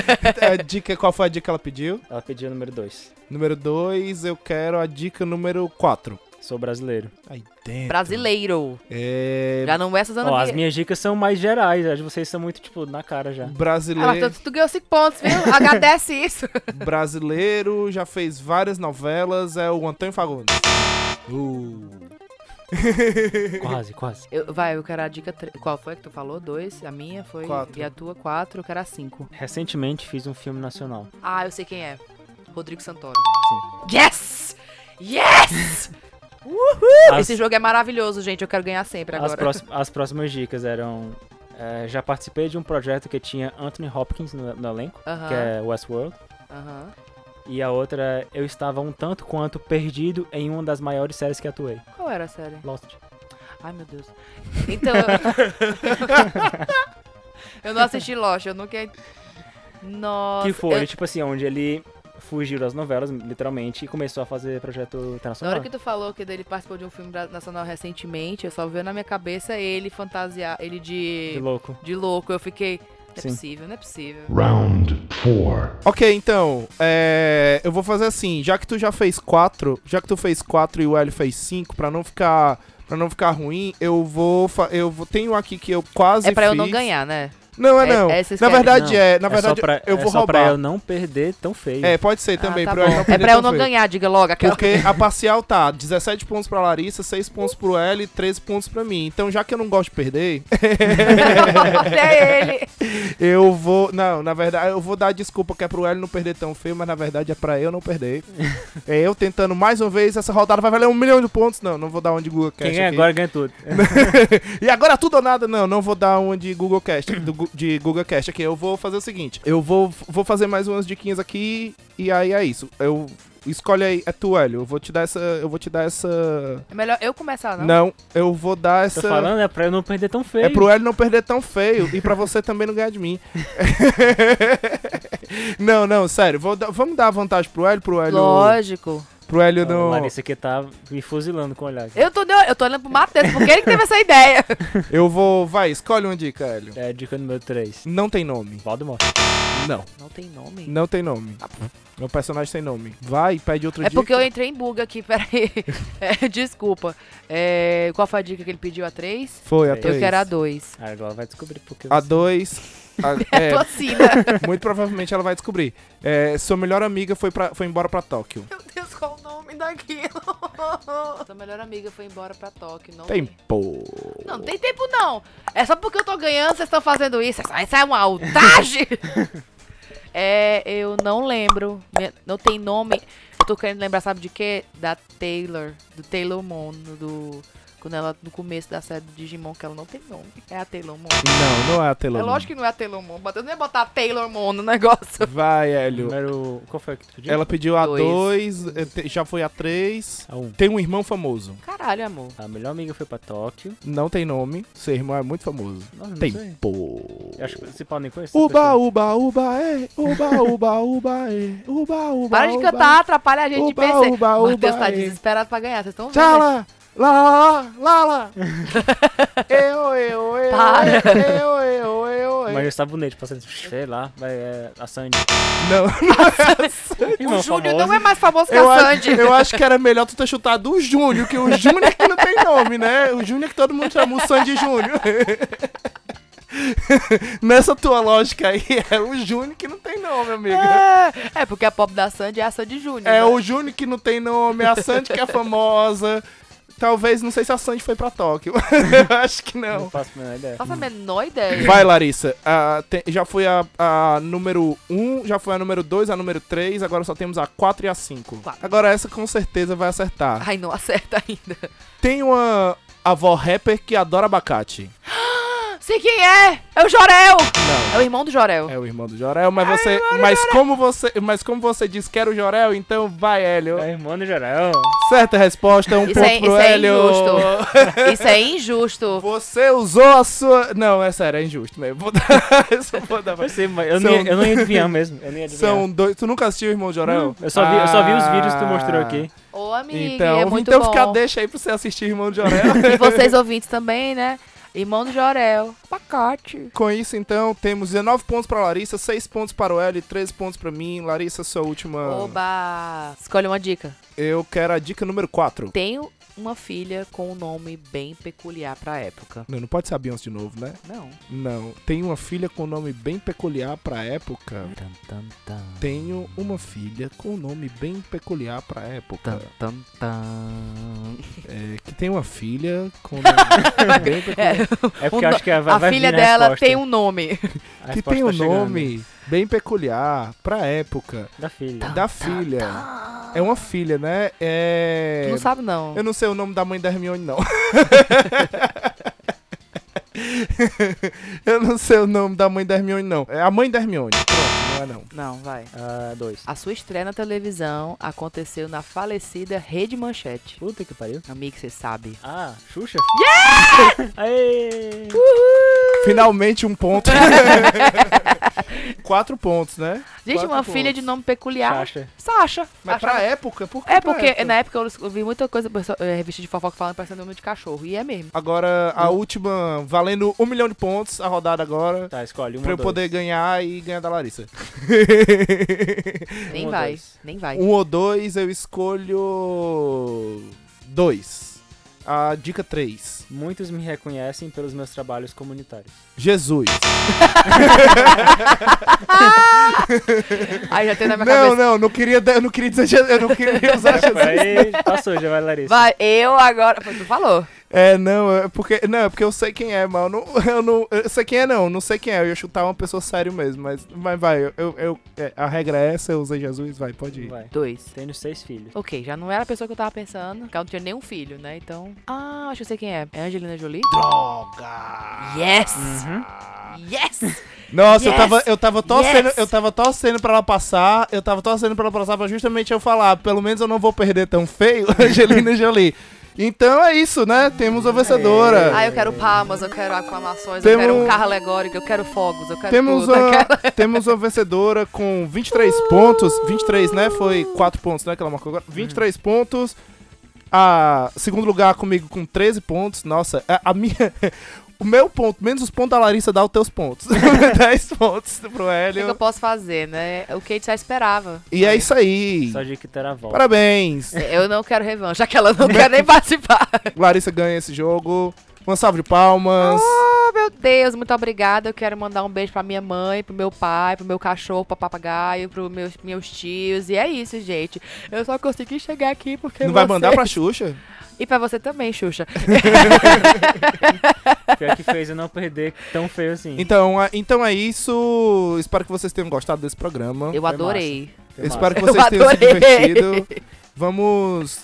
Speaker 1: É, A dica, qual foi a dica que ela pediu?
Speaker 2: Ela pediu o número 2.
Speaker 1: Número 2, eu quero a dica número 4.
Speaker 2: Sou brasileiro.
Speaker 1: Aí dentro.
Speaker 3: Brasileiro.
Speaker 1: É.
Speaker 3: Já não é Suzana
Speaker 2: Ó, as
Speaker 3: Vieira.
Speaker 2: minhas dicas são mais gerais, as de vocês são muito, tipo, na cara já.
Speaker 3: Ah,
Speaker 1: Brasileiro,
Speaker 3: Matheus, tu ganhou cinco pontos, viu? Agradece isso.
Speaker 1: brasileiro, já fez várias novelas, é o Antônio Fagundes. Uh.
Speaker 2: Quase, quase.
Speaker 3: Eu- vai, eu quero a dica... tre- Qual foi que tu falou? Dois. A minha foi...
Speaker 1: Quatro.
Speaker 3: E a tua, quatro. Eu quero a cinco.
Speaker 2: Recentemente fiz um filme nacional.
Speaker 3: Ah, eu sei quem é. Rodrigo Santoro. Yes! Yes!
Speaker 2: As,
Speaker 3: Esse jogo é maravilhoso, gente. Eu quero ganhar sempre
Speaker 2: as,
Speaker 3: agora.
Speaker 2: próxim- as próximas dicas eram. é, já participei de um projeto que tinha Anthony Hopkins no, no elenco,
Speaker 3: Aham,
Speaker 2: que é Westworld.
Speaker 3: aham.
Speaker 2: E a outra é Eu estava um tanto quanto perdido em uma das maiores séries que atuei.
Speaker 3: Qual era a série?
Speaker 2: Lost.
Speaker 3: Ai, meu Deus. Então. eu- eu não assisti Lost, eu nunca. Nossa.
Speaker 2: que foi,
Speaker 3: eu-
Speaker 2: tipo assim, onde ele fugiu das novelas, literalmente, e começou a fazer projeto
Speaker 3: Na
Speaker 2: internacional.
Speaker 3: hora que tu falou que ele participou de um filme bra- nacional recentemente, eu só veio na minha cabeça ele fantasiar ele
Speaker 2: Que
Speaker 3: de.
Speaker 2: louco.
Speaker 3: de louco. Eu fiquei. Não é
Speaker 2: Sim.
Speaker 3: possível, não é possível.
Speaker 4: Round four.
Speaker 1: Ok, então, é, eu vou fazer assim, já que tu já fez quatro, já que tu fez quatro e o Hélio fez cinco, pra não ficar, para não ficar ruim, eu vou, fa- eu vou- tenho aqui que eu quase
Speaker 3: É pra eu não
Speaker 1: fiz.
Speaker 3: ganhar, né?
Speaker 1: Não, é,
Speaker 3: É-
Speaker 1: não.
Speaker 3: é, vocês
Speaker 1: na
Speaker 3: querem?
Speaker 1: verdade
Speaker 2: Não,
Speaker 1: é, na
Speaker 2: É só
Speaker 1: verdade
Speaker 2: pra-
Speaker 1: eu vou
Speaker 2: é só
Speaker 1: roubar.
Speaker 2: pra eu não perder tão feio.
Speaker 1: É, pode ser também,
Speaker 3: Ah, tá
Speaker 1: pra eu
Speaker 3: bom.
Speaker 1: não
Speaker 3: é
Speaker 1: perder
Speaker 3: pra eu
Speaker 1: tão
Speaker 3: não
Speaker 1: feio.
Speaker 3: ganhar, diga logo. Aquela...
Speaker 1: Porque a parcial tá 17 pontos pra Larissa, 6 pontos pro L, 13 pontos pra mim. Então, já que eu não gosto de perder,
Speaker 3: é ele.
Speaker 1: eu vou. Não, na verdade, eu vou dar a desculpa que é pro L não perder tão feio, mas na verdade é pra eu não perder. é eu tentando mais uma vez, essa rodada vai valer um milhão de pontos. Não, não vou dar uma de Google Cash.
Speaker 2: Quem ganha
Speaker 1: aqui.
Speaker 2: é agora ganha tudo.
Speaker 1: E agora tudo ou nada, não, não vou dar uma de Google Cast, do Gu- de Google Cast aqui. Eu vou fazer o seguinte, eu vou, vou fazer mais umas diquinhas aqui e aí é isso. Eu escolhe aí, é tu, Hélio. Eu vou te dar essa, eu vou te dar essa.
Speaker 3: É melhor eu começar,
Speaker 1: Não,
Speaker 3: não?
Speaker 1: eu vou dar
Speaker 2: Tô
Speaker 1: essa.
Speaker 2: falando, é pra eu não perder tão feio.
Speaker 1: É pro Hélio não perder tão feio e pra você também não ganhar de mim. não, não, sério. vou dar- vamos dar vantagem pro Hélio, pro Hélio,
Speaker 3: Lógico.
Speaker 1: pro Hélio
Speaker 2: Ah,
Speaker 1: não.
Speaker 2: Larissa aqui tá me fuzilando com o olhar.
Speaker 3: Eu tô, eu tô olhando pro Matheus, porque ele que teve essa ideia.
Speaker 1: Eu vou, vai, escolhe uma dica, Hélio.
Speaker 2: É dica número 3.
Speaker 1: Não tem nome.
Speaker 2: Valdemort.
Speaker 1: Não.
Speaker 3: Não tem nome?
Speaker 1: Não tem nome. Meu personagem tem nome. Vai, pede outro
Speaker 3: É
Speaker 1: dica.
Speaker 3: porque eu entrei em bug aqui, peraí. É, desculpa. É, qual foi a dica que ele pediu? A 3?
Speaker 1: Foi, a
Speaker 2: Eu
Speaker 1: três.
Speaker 3: Eu quero a 2.
Speaker 2: Ah, agora vai descobrir porque
Speaker 1: A
Speaker 2: você-
Speaker 1: 2.
Speaker 3: É. Tô
Speaker 1: É,
Speaker 3: assim, né?
Speaker 1: muito provavelmente ela vai descobrir. É, sua melhor amiga foi, pra, foi embora pra Tóquio.
Speaker 3: Meu Deus, qual o nome daquilo? Sua melhor amiga foi embora pra Tóquio. Não tem.
Speaker 1: Tempo.
Speaker 3: Não, não tem tempo não. É só porque eu tô ganhando, vocês estão fazendo isso. Isso isso é uma altagem. é, eu não lembro. Minha- Não tem nome. Eu tô querendo lembrar, sabe de quê? Da Taylor. Do Taylor Moon. Do Quando ela, no começo da série do Digimon, que ela não tem nome. É a Taylor Moon.
Speaker 1: Não, não é a Taylor.
Speaker 3: É lógico que não é a Taylor Moon. Eu não ia botar a Taylor Moon no negócio.
Speaker 1: Vai, Hélio.
Speaker 2: Número. Qual foi que tu pediu?
Speaker 1: Ela pediu a
Speaker 3: Dois.
Speaker 1: 2, já foi a 3.
Speaker 2: A 1.
Speaker 1: Tem um irmão famoso.
Speaker 3: Caralho, amor.
Speaker 2: A melhor amiga foi pra Tóquio.
Speaker 1: Não tem nome. Seu irmão é muito famoso.
Speaker 2: Nossa, não sei.
Speaker 1: Tem pô.
Speaker 2: Eu acho que o principal nem conhece. essa
Speaker 1: Uba,
Speaker 2: pessoa.
Speaker 1: uba, uba, é. Uba, uba, uba, é. Uba, uba.
Speaker 3: Para de
Speaker 1: uba.
Speaker 3: cantar, atrapalha a gente de
Speaker 1: Uba,
Speaker 3: pensar.
Speaker 1: uba,
Speaker 3: O
Speaker 1: uba,
Speaker 3: Matheus tá
Speaker 1: é.
Speaker 3: desesperado pra ganhar, vocês estão vendo? né?
Speaker 1: Tchala! Lá, lá, lá, lá, lá. Eu, eu, eu.
Speaker 3: Para.
Speaker 1: Eu, eu, eu, eu.
Speaker 2: Mas o sabonete passando, sei lá, vai, é, a Sandy.
Speaker 3: Tá
Speaker 1: Não,
Speaker 3: O
Speaker 2: Irmão
Speaker 3: Júlio
Speaker 2: famoso.
Speaker 3: não é mais famoso que
Speaker 1: eu,
Speaker 3: a
Speaker 1: acho,
Speaker 3: Sandy.
Speaker 1: eu acho que era melhor tu ter chutado o Júnior, que o Júnior é que não tem nome, né? O Júnior é que todo mundo chama o Sandy Júnior. Nessa tua lógica aí, é o Júnior que não tem nome, amigo.
Speaker 3: É, é, porque a pop da Sandy é a Sandy Júnior.
Speaker 1: É
Speaker 3: né?
Speaker 1: o Júnior que não tem nome, a Sandy que é famosa. Talvez, não sei se a Sandy foi pra Tóquio. Eu acho que
Speaker 2: Não
Speaker 1: não.
Speaker 2: faço a menor ideia.
Speaker 3: Faça a menor ideia.
Speaker 1: Vai, Larissa. Ah, tem- já foi a, a número 1, já foi a número 2, a número 3, agora só temos a 4 e a 5.
Speaker 3: Quatro.
Speaker 1: Agora essa com certeza vai acertar.
Speaker 3: Ai, não acerta ainda.
Speaker 1: Tem uma avó rapper que adora abacate.
Speaker 3: Sei quem é! É o Jorel!
Speaker 1: Não.
Speaker 3: É o irmão do Jorel.
Speaker 1: É o irmão do Jorel, mas você. Mas como você. Mas como você disse que era o Jorel, então vai, Hélio.
Speaker 2: É irmão do Jorel.
Speaker 1: Certa resposta, um
Speaker 3: Isso
Speaker 1: ponto
Speaker 3: é-
Speaker 1: pro
Speaker 3: isso é
Speaker 1: Hélio.
Speaker 3: Isso é injusto.
Speaker 1: Você usou a sua. Não, é sério, é injusto mesmo. Vou dar- eu só vou dar-
Speaker 2: Eu sei, mas eu,
Speaker 1: São-
Speaker 2: não, ia, eu não ia adivinhar mesmo. Eu não ia adivinhar.
Speaker 1: São dois. Tu nunca assistiu o Irmão Jorel? Ah.
Speaker 2: Não, eu, só vi, eu só vi os vídeos que tu mostrou aqui.
Speaker 3: Ô, amiga,
Speaker 1: Então,
Speaker 3: é muito
Speaker 1: então
Speaker 3: bom.
Speaker 1: fica, deixa aí pra você assistir Irmão de Jorel.
Speaker 3: E vocês ouvintes também, né? Irmão do Jorel. Pacote.
Speaker 1: Com isso, então, temos 19 pontos pra Larissa, 6 pontos para o Hélio e 13 pontos pra mim. Larissa, sua última.
Speaker 3: Oba! Escolhe uma dica.
Speaker 1: Eu quero a dica número 4.
Speaker 3: Tenho uma filha com um nome bem peculiar pra época.
Speaker 1: Não, não pode ser a Beyoncé de novo, né?
Speaker 3: Não.
Speaker 1: Não. Tenho uma filha com um nome bem peculiar pra época.
Speaker 2: Tá.
Speaker 1: Tenho uma filha com um nome bem peculiar pra época.
Speaker 2: Tá.
Speaker 3: tam, tam.
Speaker 1: É, que tem uma filha com um nome bem peculiar.
Speaker 2: É porque
Speaker 3: O
Speaker 2: eu
Speaker 3: no-
Speaker 2: acho que a, vai
Speaker 3: A
Speaker 2: vai
Speaker 3: filha
Speaker 2: vir na
Speaker 3: dela
Speaker 2: resposta.
Speaker 3: tem um nome.
Speaker 2: A
Speaker 1: que
Speaker 3: É.
Speaker 2: resposta
Speaker 1: tem um
Speaker 2: tá chegando.
Speaker 1: nome bem peculiar pra época
Speaker 2: Da filha.
Speaker 1: da filha.
Speaker 2: tá.
Speaker 1: É uma filha, né? É.
Speaker 3: Tu não sabe, não.
Speaker 1: Eu não sei o nome da mãe da Hermione, não. Eu não sei o nome da mãe da Hermione, não. É a mãe da Hermione. Pronto, não é não.
Speaker 3: Não, vai.
Speaker 2: Ah, dois.
Speaker 3: A sua estreia na televisão aconteceu na falecida Rede Manchete.
Speaker 2: Puta que pariu.
Speaker 3: Amigo, você sabe.
Speaker 2: Ah, Xuxa? Yeah! Aê!
Speaker 1: Finalmente um ponto. Quatro pontos, né?
Speaker 3: Gente,
Speaker 1: Quatro
Speaker 3: uma
Speaker 1: pontos.
Speaker 3: filha de nome peculiar.
Speaker 2: Sasha.
Speaker 3: Sasha.
Speaker 1: Mas
Speaker 3: Achava-
Speaker 1: pra época, por que
Speaker 3: É
Speaker 1: pra
Speaker 3: porque
Speaker 1: época?
Speaker 3: na época eu eu vi muita coisa, pessoa- eh, revista de fofoca falando parecendo nome de cachorro. E é mesmo.
Speaker 1: Agora, a última, valendo um milhão de pontos, a rodada agora.
Speaker 2: Tá, escolhe um
Speaker 1: pra
Speaker 2: ou
Speaker 1: eu
Speaker 2: dois.
Speaker 1: poder ganhar e ganhar da Larissa.
Speaker 3: Nem
Speaker 2: ou
Speaker 3: vai.
Speaker 2: dois.
Speaker 3: Nem vai.
Speaker 1: um ou dois, eu escolho. Dois. A dica três.
Speaker 2: Muitos me reconhecem pelos meus trabalhos comunitários.
Speaker 1: Jesus.
Speaker 3: Aí já tem na minha
Speaker 1: Não,
Speaker 3: cabeça.
Speaker 1: não, não queria, dar- eu não queria dizer Jesus, eu não queria usar Jesus.
Speaker 2: Aí, passou, já vai Larissa.
Speaker 3: Vai, eu agora. Tu falou.
Speaker 1: É, não, é porque, não, é porque eu sei quem é, mas eu não, eu não, eu sei quem é não, não sei quem é, eu ia chutar uma pessoa sério mesmo, mas, mas vai, eu, eu, eu- é, a regra é essa, eu usei Jesus, vai, pode ir.
Speaker 2: Vai.
Speaker 3: Dois.
Speaker 2: Tenho seis filhos.
Speaker 3: Ok, já não era a pessoa que eu tava pensando, porque ela não tinha nenhum filho, né? Então. Ah, acho que eu sei quem é. É Angelina Jolie?
Speaker 1: Droga!
Speaker 3: Yes!
Speaker 2: Uhum.
Speaker 3: Yes!
Speaker 1: Nossa, eu
Speaker 3: Yes!
Speaker 1: tava, eu tava torcendo,
Speaker 3: Yes!
Speaker 1: eu tava torcendo pra ela passar, eu tava torcendo pra ela passar pra justamente eu falar, pelo menos eu não vou perder tão feio, Angelina Jolie. Então é isso, né, temos a vencedora.
Speaker 3: Ah, eu quero palmas, eu quero aclamações, eu
Speaker 1: Temos-
Speaker 3: quero um carro alegórico, eu quero fogos, eu quero
Speaker 1: Temos um
Speaker 3: tudo. Uh! eu
Speaker 1: uma,
Speaker 3: quero-
Speaker 1: temos uma vencedora com 23 pontos. 23, né? Foi 4 pontos, né? Que ela marcou agora.
Speaker 3: É.
Speaker 1: 23 pontos. A segundo lugar comigo com 13 pontos. Nossa, é, a, a minha. O meu ponto, menos os pontos da Larissa, dá os teus pontos. 10 pontos pro
Speaker 3: O que, que eu
Speaker 1: Hélio.
Speaker 3: posso fazer, né? O Kate já esperava.
Speaker 1: E é isso aí.
Speaker 2: Só de que terá volta.
Speaker 1: Parabéns.
Speaker 3: Eu não quero revanche, aquela não quer nem participar.
Speaker 1: Larissa ganha esse jogo. Uma salva de palmas.
Speaker 3: Oh, meu Deus, muito obrigada. Eu quero mandar um beijo pra minha mãe, pro meu pai, pro meu cachorro, pro papagaio, pros meus, meus tios. E é isso, gente. Eu só consegui chegar aqui porque.
Speaker 1: Não vai
Speaker 3: você-
Speaker 1: mandar pra Xuxa?
Speaker 3: E pra você também, Xuxa.
Speaker 2: Pior que fez eu não perder tão feio assim.
Speaker 1: Então, é- então é isso. Espero que vocês tenham gostado desse programa.
Speaker 3: Eu adorei.
Speaker 2: Foi
Speaker 1: Eu Espero que
Speaker 3: massa.
Speaker 1: vocês
Speaker 3: Eu
Speaker 1: tenham se
Speaker 3: adorei.
Speaker 1: divertido. Vamos.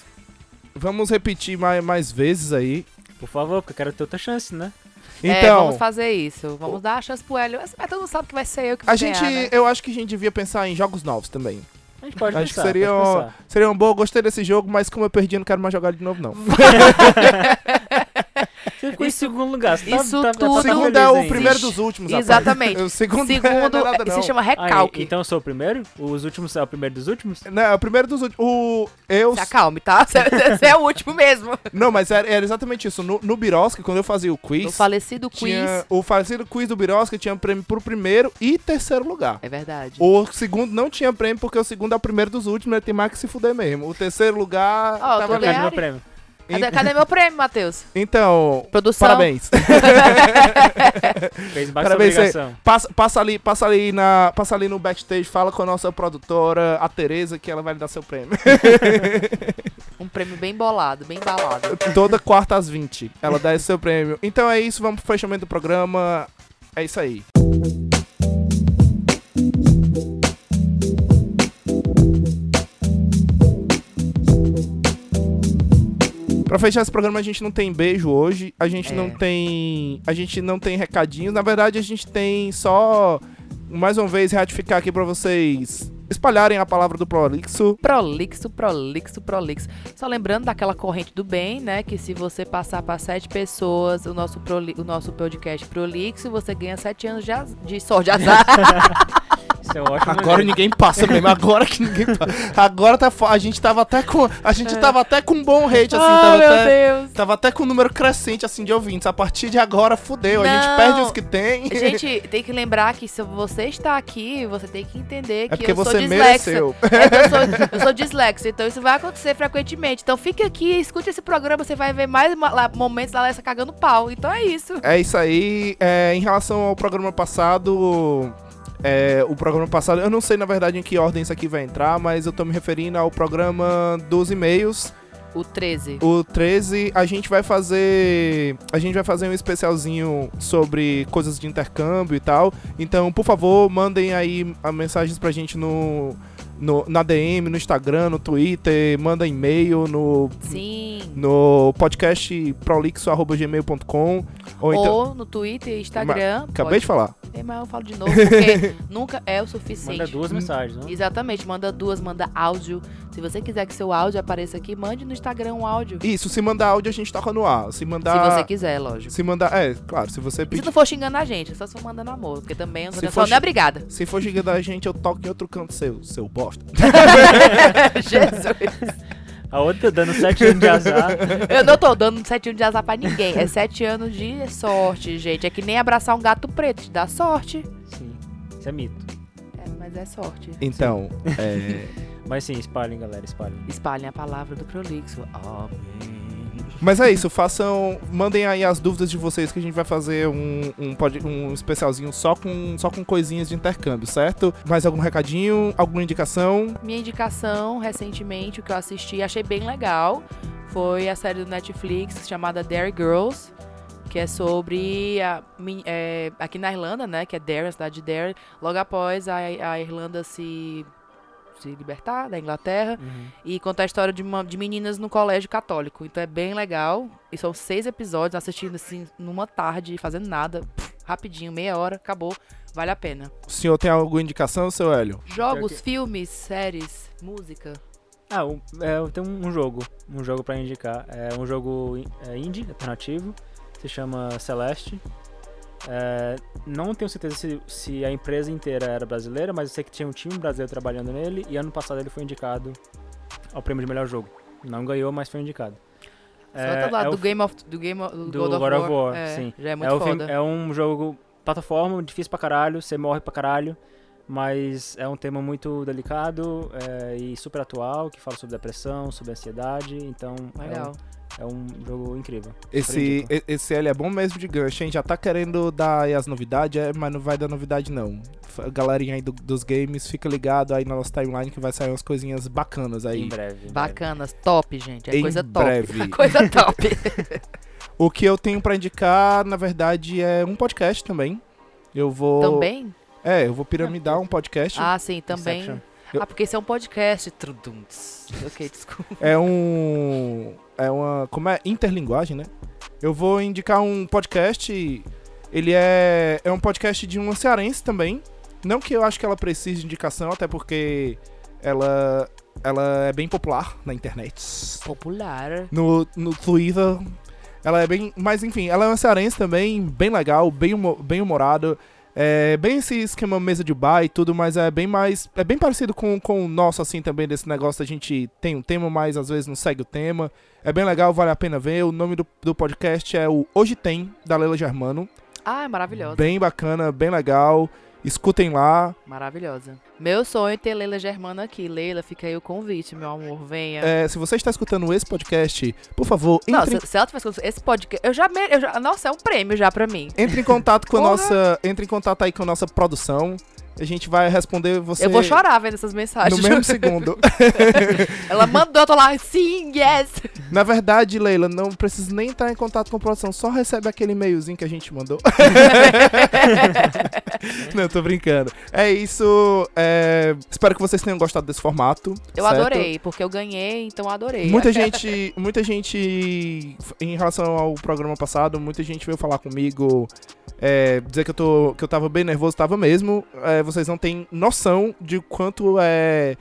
Speaker 1: Vamos repetir mais, mais vezes aí.
Speaker 2: Por favor, porque eu quero ter outra chance, né?
Speaker 3: É,
Speaker 1: Então,
Speaker 3: vamos fazer isso. Vamos dar a chance pro Hélio. Mas todo mundo sabe que vai ser eu que vou
Speaker 1: a gente,
Speaker 3: ganhar, né?
Speaker 1: eu acho que a gente devia pensar em jogos novos também.
Speaker 2: A gente pode
Speaker 1: acho que
Speaker 2: pensar,
Speaker 1: seria,
Speaker 2: pode
Speaker 1: um,
Speaker 2: pensar.
Speaker 1: seria um bom, gostei desse jogo, mas como eu perdi, eu não quero mais jogar de novo, não.
Speaker 3: né?
Speaker 2: Você ficou em segundo lugar. Você tá-
Speaker 3: isso
Speaker 2: tá, tá,
Speaker 1: O
Speaker 3: tudo-
Speaker 2: tá
Speaker 1: segundo
Speaker 2: feliz
Speaker 1: é o
Speaker 2: ainda.
Speaker 1: primeiro dos últimos, rapaz.
Speaker 3: Exatamente.
Speaker 1: O segundo,
Speaker 3: Segundo,
Speaker 1: é, não é nada,
Speaker 3: eh,
Speaker 1: não.
Speaker 3: se chama
Speaker 2: Aí,
Speaker 3: recalque.
Speaker 2: então eu sou o primeiro? Os últimos é o primeiro dos últimos?
Speaker 1: Não, é o primeiro dos últimos. O, eu,
Speaker 3: Se acalme, tá? Você- Você é o último mesmo.
Speaker 1: não, mas era, era exatamente isso. No, no Biroski, quando eu fazia o quiz,
Speaker 3: O falecido quiz.
Speaker 1: tinha, o fazer o quiz do Biroski tinha prêmio pro primeiro e terceiro lugar.
Speaker 3: É verdade.
Speaker 1: O segundo não tinha prêmio, porque o segundo é o primeiro dos últimos, né? Tem mais que se fuder mesmo. O terceiro lugar. tá
Speaker 3: Ó, eu tô
Speaker 1: tava...
Speaker 2: Cadê
Speaker 3: ganhando.
Speaker 2: meu prêmio?
Speaker 3: Cadê, cadê meu prêmio, Matheus?
Speaker 1: Então,
Speaker 3: Produção.
Speaker 1: parabéns.
Speaker 2: Fez mais
Speaker 1: parabéns. Cê.
Speaker 2: obrigação.
Speaker 1: Passa, passa, ali, passa, ali na, passa ali no backstage, fala com a nossa produtora, a Tereza, que ela vai lhe dar seu prêmio.
Speaker 3: Um prêmio bem bolado, bem balado.
Speaker 1: Toda quarta às 20. Ela dá esse seu prêmio. Então é isso, vamos pro fechamento do programa. É isso aí. Pra fechar esse programa, a gente não tem beijo hoje, a gente
Speaker 3: É.
Speaker 1: não tem. A gente não tem recadinhos. Na verdade, a gente tem só. Mais uma vez, ratificar aqui pra vocês espalharem a palavra do Prolixo.
Speaker 3: Prolixo, prolixo, prolixo. Só lembrando daquela corrente do bem, né? Que se você passar para sete pessoas o nosso, proli- o nosso podcast prolixo, você ganha sete anos de, az- de sorte de azar.
Speaker 2: Isso é um ótimo.
Speaker 1: Agora ninguém passa mesmo, agora que ninguém passa. Agora tá fo- a gente tava até com a gente tava até com um bom rate assim,
Speaker 3: É. Ah,
Speaker 1: tava,
Speaker 3: meu
Speaker 1: até,
Speaker 3: Deus.
Speaker 1: tava até com um número crescente assim de ouvintes. A partir de agora fudeu, a gente
Speaker 3: Não.
Speaker 1: perde os que tem.
Speaker 3: Gente, tem que lembrar que se você está aqui, você tem que entender
Speaker 1: é
Speaker 3: que
Speaker 1: porque
Speaker 3: eu sou
Speaker 1: você
Speaker 3: dislexa.
Speaker 1: mereceu.
Speaker 3: É que eu sou, eu sou disléxico, então isso vai acontecer frequentemente. Então fica aqui, escute esse programa, você vai ver mais ma- lá- momentos da Alessa cagando pau. Então é isso.
Speaker 1: É isso aí. É, em relação ao programa passado, é, o programa passado, eu não sei na verdade em que ordem isso aqui vai entrar, mas eu tô me referindo ao programa dos e-mails.
Speaker 3: O 13.
Speaker 1: O 13, a gente vai fazer. A gente vai fazer um especialzinho sobre coisas de intercâmbio e tal. Então, por favor, mandem aí a mensagens pra gente no, no- na DM, no Instagram, no Twitter, manda e-mail no,
Speaker 3: Sim.
Speaker 1: no podcast prolixo.gmail.com. Ou então.
Speaker 3: Ou no Twitter e Instagram.
Speaker 1: acabei de Hum. falar.
Speaker 3: pode- É, Mas eu falo de novo, porque nunca é o suficiente.
Speaker 2: Manda duas mensagens, né?
Speaker 3: Exatamente, manda duas, manda áudio. Se você quiser que seu áudio apareça aqui, mande no Instagram um áudio.
Speaker 1: Isso, se mandar áudio, a gente toca no ar. Se
Speaker 3: Se você
Speaker 1: mandar.
Speaker 3: quiser, lógico.
Speaker 1: se mandar. É, claro, se você
Speaker 3: E Se
Speaker 1: pedir.
Speaker 3: não for xingando a gente, é só se for mandando amor, porque também eu
Speaker 1: Se
Speaker 3: não sou
Speaker 1: for
Speaker 3: não é obrigada.
Speaker 1: Se for giga da gente, eu toco em outro canto seu, seu bosta.
Speaker 3: Jesus.
Speaker 2: A outra dando sete anos de azar.
Speaker 3: Eu não tô dando sete anos de azar pra ninguém. É sete anos de sorte, gente. É que nem abraçar um gato preto, te dá sorte.
Speaker 2: Sim. Isso é mito.
Speaker 3: É, mas é sorte.
Speaker 1: Então, é.
Speaker 2: Mas sim, espalhem, galera, espalhem.
Speaker 3: Espalhem a palavra do prolixo. Amém.
Speaker 1: Mas é isso, façam. Mandem aí as dúvidas de vocês que a gente vai fazer um, um, pod- um especialzinho só com, só com coisinhas de intercâmbio, certo? Mais algum recadinho? Alguma indicação?
Speaker 3: Minha indicação, recentemente, o que eu assisti e achei bem legal, foi a série do Netflix chamada Dare Girls, que é sobre, a mi- é, aqui na Irlanda, né, que é Dare, a cidade de Dare, logo após a, a Irlanda se, se libertar da Inglaterra,
Speaker 2: Uhum.
Speaker 3: e conta a história de, uma- de meninas no colégio católico. Então é bem legal, e são seis episódios, assistindo assim, numa tarde, fazendo nada, pff, rapidinho, meia hora, acabou, vale a pena.
Speaker 1: O senhor tem alguma indicação, seu Hélio?
Speaker 3: Jogos,
Speaker 2: Pior
Speaker 3: filmes, séries, música...
Speaker 2: Ah, um, é, eu tenho um jogo. Um jogo pra indicar. É um jogo in- é, indie, alternativo. Se chama Celeste. É, não tenho certeza se, se a empresa inteira era brasileira, mas eu sei que tinha um time brasileiro trabalhando nele. E ano passado ele foi indicado ao prêmio de melhor jogo. Não ganhou, mas foi indicado.
Speaker 3: Só tá lá
Speaker 2: É, o
Speaker 3: do, Game of, do Game of do
Speaker 2: do
Speaker 3: God of
Speaker 2: God
Speaker 3: War.
Speaker 2: of War,
Speaker 3: é,
Speaker 2: sim.
Speaker 3: Já é muito
Speaker 2: É, o filme-
Speaker 3: foda.
Speaker 2: é um jogo plataforma, difícil pra caralho, você morre pra caralho, mas é um tema muito delicado é, e super atual, que fala sobre depressão, sobre ansiedade, então é um-
Speaker 3: Legal.
Speaker 2: É, um, jogo incrível.
Speaker 1: Esse, e- esse Hélio é bom mesmo de gancho, hein? Já tá querendo dar aí as novidades, é, mas não vai dar novidade, não. F- Galerinha aí do- dos games, fica ligado aí na nossa timeline que vai sair umas coisinhas bacanas aí.
Speaker 2: Em breve. em
Speaker 3: Bacanas, top, gente. É
Speaker 1: Em
Speaker 3: coisa top.
Speaker 1: breve.
Speaker 3: coisa top.
Speaker 1: O que eu tenho pra indicar, na verdade, é um podcast também. Eu vou.
Speaker 3: também?
Speaker 1: É, eu vou piramidar um podcast.
Speaker 3: Ah, sim, também.
Speaker 2: Inception.
Speaker 1: Eu-
Speaker 3: Ah, porque isso é um podcast. Trudunts. Ok, desculpa.
Speaker 1: É um. É uma. Como é? Interlinguagem, né? Eu vou indicar um podcast. Ele é, é um podcast de uma cearense também. Não que eu acho que ela precise de indicação, até porque ela, ela é bem popular na internet.
Speaker 3: Popular.
Speaker 1: No, no Twitter. Ela é bem. Mas enfim, ela é uma cearense também, bem legal, bem, humo- bem humorado. É bem esse esquema mesa de bar e tudo, mas é bem mais. É bem parecido com, com o nosso, assim, também, desse negócio. A gente tem um tema, mas às vezes não segue o tema. É bem legal, vale a pena ver. O nome do, do podcast é o Hoje Tem, da Leila Germano.
Speaker 3: Ah, é maravilhosa.
Speaker 1: Bem bacana, bem legal. Escutem lá.
Speaker 3: Maravilhosa. Meu sonho é ter Leila Germana aqui. Leila, fica aí o convite, meu amor. Venha.
Speaker 1: É, se você está escutando esse podcast, por favor,
Speaker 3: Não,
Speaker 1: entre,
Speaker 3: se, se ela tivesse escutado esse podcast. Eu já, mere- eu já. Nossa, é um prêmio já pra mim.
Speaker 1: entre em contato com a
Speaker 3: Porra.
Speaker 1: nossa. Entre em contato aí com a nossa produção. A gente vai responder você.
Speaker 3: Eu vou chorar vendo essas mensagens.
Speaker 1: No mesmo segundo.
Speaker 3: Ela mandou, eu tô lá, sim, yes!
Speaker 1: Na verdade, Leila, não precisa nem entrar em contato com a produção, só recebe aquele e-mailzinho que a gente mandou. não, tô brincando. É isso. é, Espero que vocês tenham gostado desse formato.
Speaker 3: Eu
Speaker 1: certo?
Speaker 3: adorei, porque eu ganhei, então eu adorei.
Speaker 1: Muita gente, muita gente, em relação ao programa passado, muita gente veio falar comigo, é, dizer que eu, tô, que eu tava bem nervoso, tava mesmo. É, vocês não têm noção de quanto é.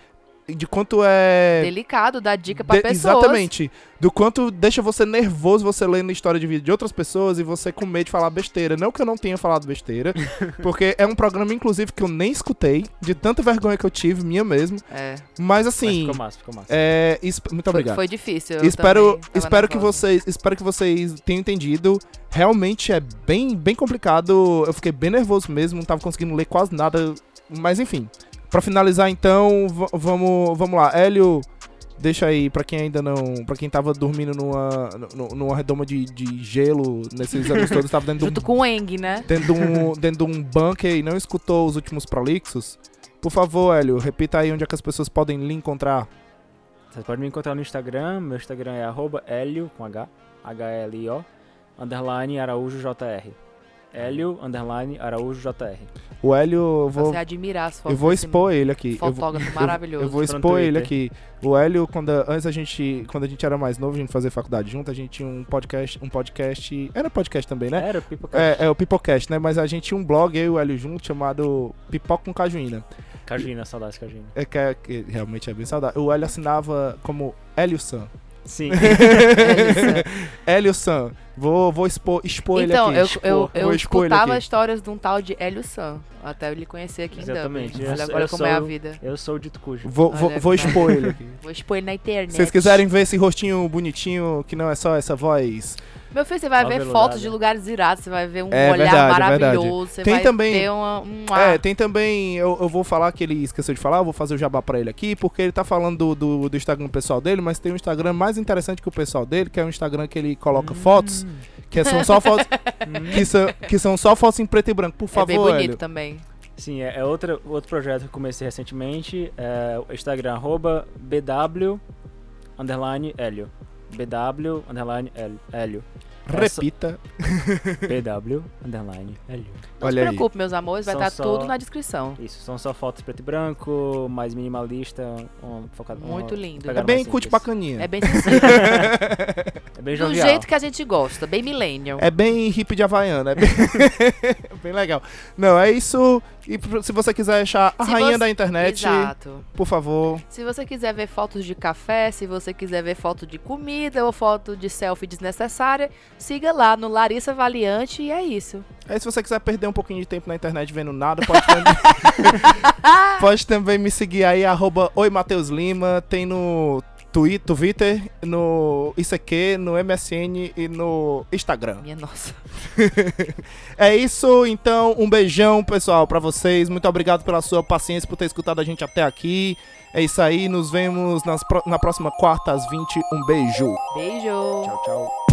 Speaker 1: De quanto é.
Speaker 3: Delicado, dá dica pra
Speaker 1: De-
Speaker 3: pessoas.
Speaker 1: Exatamente. Do quanto deixa você nervoso você lendo história de vida de outras pessoas e você com medo de falar besteira. Não que eu não tenha falado besteira, porque é um programa, inclusive, que eu nem escutei, de tanta vergonha que eu tive, minha mesmo.
Speaker 3: É,
Speaker 1: Mas
Speaker 2: Mas
Speaker 1: assim.
Speaker 2: ficou massa, ficou massa.
Speaker 1: é, es- muito
Speaker 3: foi,
Speaker 1: obrigado.
Speaker 3: foi difícil. eu
Speaker 1: Espero,
Speaker 3: também tava
Speaker 1: espero que
Speaker 3: nervosa.
Speaker 1: vocês, espero que vocês tenham entendido. Realmente é bem, bem complicado. Eu fiquei bem nervoso mesmo, não tava conseguindo ler quase nada, mas enfim. Pra finalizar então, va- vamos, vamos lá. Hélio, deixa aí pra quem ainda não, Pra quem tava dormindo numa nu- numa redoma de, de gelo nesses anos todos, tava dentro de
Speaker 3: Junto
Speaker 1: um,
Speaker 3: com o Eng, né?
Speaker 1: dentro de um, dentro de um bunker e não escutou os últimos prolixos. Por favor, Hélio, repita aí onde é que as pessoas podem lhe encontrar.
Speaker 2: Você pode me encontrar no Instagram, meu Instagram é arroba Hélio, com H, H-L-I-O, underline Araújo JR. Hélio, underline Araújo JR.
Speaker 1: O Hélio, eu
Speaker 3: Pra
Speaker 1: vou
Speaker 3: Você admirar as fotos.
Speaker 1: Eu vou
Speaker 3: desse
Speaker 1: expor ele aqui. Eu vou-
Speaker 3: Fotógrafo maravilhoso.
Speaker 1: Eu vou
Speaker 2: Tá no
Speaker 1: expor ele aqui.
Speaker 2: Twitter.
Speaker 1: O Hélio, quando a- antes a gente, quando a gente era mais novo, a gente fazia faculdade junto, a gente tinha um podcast, um podcast, era podcast também, né?
Speaker 2: Era pipoca.
Speaker 1: É, é o Pipocast, né? Mas a gente tinha um blog, eu e o Hélio junto, chamado Pipoca com Cajuína.
Speaker 2: Cajina, saudades Cajina.
Speaker 1: É que, é- que realmente é bem saudável. O Hélio assinava como Hélio San.
Speaker 2: Sim.
Speaker 1: Hélio San. Vou, vou expor, expor
Speaker 3: Então,
Speaker 1: ele
Speaker 3: eu,
Speaker 1: aqui.
Speaker 3: eu,
Speaker 1: expor.
Speaker 3: eu
Speaker 1: vou expor ele
Speaker 3: escutava
Speaker 1: aqui.
Speaker 3: histórias de um tal de Hélio San, até ele conhecer aqui em Dublin.
Speaker 2: Exatamente, eu
Speaker 3: Olha
Speaker 2: sou-
Speaker 3: agora
Speaker 2: eu
Speaker 3: como é a
Speaker 2: sou-
Speaker 3: vida.
Speaker 2: Eu sou o Dito Cujo.
Speaker 1: Vou, vou,
Speaker 3: Olha
Speaker 1: vou
Speaker 3: que
Speaker 1: expor ele aqui.
Speaker 3: Vou expor ele na internet.
Speaker 1: Se vocês quiserem ver esse rostinho bonitinho, que não é só essa voz
Speaker 3: Meu filho, você vai ver
Speaker 2: Aveludada.
Speaker 3: fotos de lugares irados, você vai ver um
Speaker 1: É
Speaker 3: olhar
Speaker 1: verdade, é
Speaker 3: maravilhoso, você
Speaker 1: Tem
Speaker 3: vai
Speaker 1: também-
Speaker 3: ter uma... um
Speaker 1: É,
Speaker 3: ar.
Speaker 1: tem também. Eu, eu vou falar que ele esqueceu de falar, eu vou fazer o jabá pra ele aqui, porque ele tá falando do, do, do Instagram pessoal dele, mas tem um Instagram mais interessante que o pessoal dele, que é um Instagram que ele
Speaker 3: Hum.
Speaker 1: coloca fotos, que é, são só fotos. que, são, que são só fotos em preto e branco. Por
Speaker 3: É bem
Speaker 1: favor,
Speaker 3: bonito
Speaker 1: Hélio.
Speaker 3: também.
Speaker 2: Sim, é, é outra, outro projeto que eu comecei recentemente. É o Instagram, arroba BW, underline Hélio. BW, underline Hélio- Hélio. É Essa-
Speaker 1: Repita.
Speaker 2: BW, underline Hélio.
Speaker 3: Não
Speaker 1: Olha
Speaker 3: se
Speaker 1: aí.
Speaker 3: preocupe, meus amores, vai
Speaker 2: São só-
Speaker 3: estar tudo na descrição.
Speaker 2: Isso, são só fotos preto e branco, mais minimalista, um, focado... uma-
Speaker 3: Muito lindo.
Speaker 1: É
Speaker 2: pegada
Speaker 1: bem
Speaker 2: mais
Speaker 1: cut
Speaker 2: simples.
Speaker 1: bacaninha.
Speaker 3: É
Speaker 1: É...
Speaker 3: bem sincero.
Speaker 2: É bem
Speaker 3: do
Speaker 2: jovial.
Speaker 3: jeito que a gente gosta, bem millennial.
Speaker 1: bem hippie de Havaiana, é bem... bem legal. Não, é isso. E pro- se você quiser achar a
Speaker 3: Se
Speaker 1: rainha
Speaker 3: você-
Speaker 1: da internet,
Speaker 3: Exato.
Speaker 1: por favor.
Speaker 3: Se você quiser ver fotos de café, se você quiser ver foto de comida ou foto de selfie desnecessária, siga lá no Larissa Valiante e é isso.
Speaker 1: Aí se você quiser perder um pouquinho de tempo na internet vendo nada, pode também, pode também me seguir aí, arroba Oi Matheus Lima, tem no Twi- Twitter, no ICQ, no MSN e no Instagram.
Speaker 3: Minha nossa.
Speaker 1: É isso, então um beijão pessoal pra vocês, muito obrigado pela sua paciência, por ter escutado a gente até aqui. É isso aí, nos vemos nas pro- na próxima quarta às 20, um beijo.
Speaker 3: Beijo.
Speaker 2: Tchau, tchau.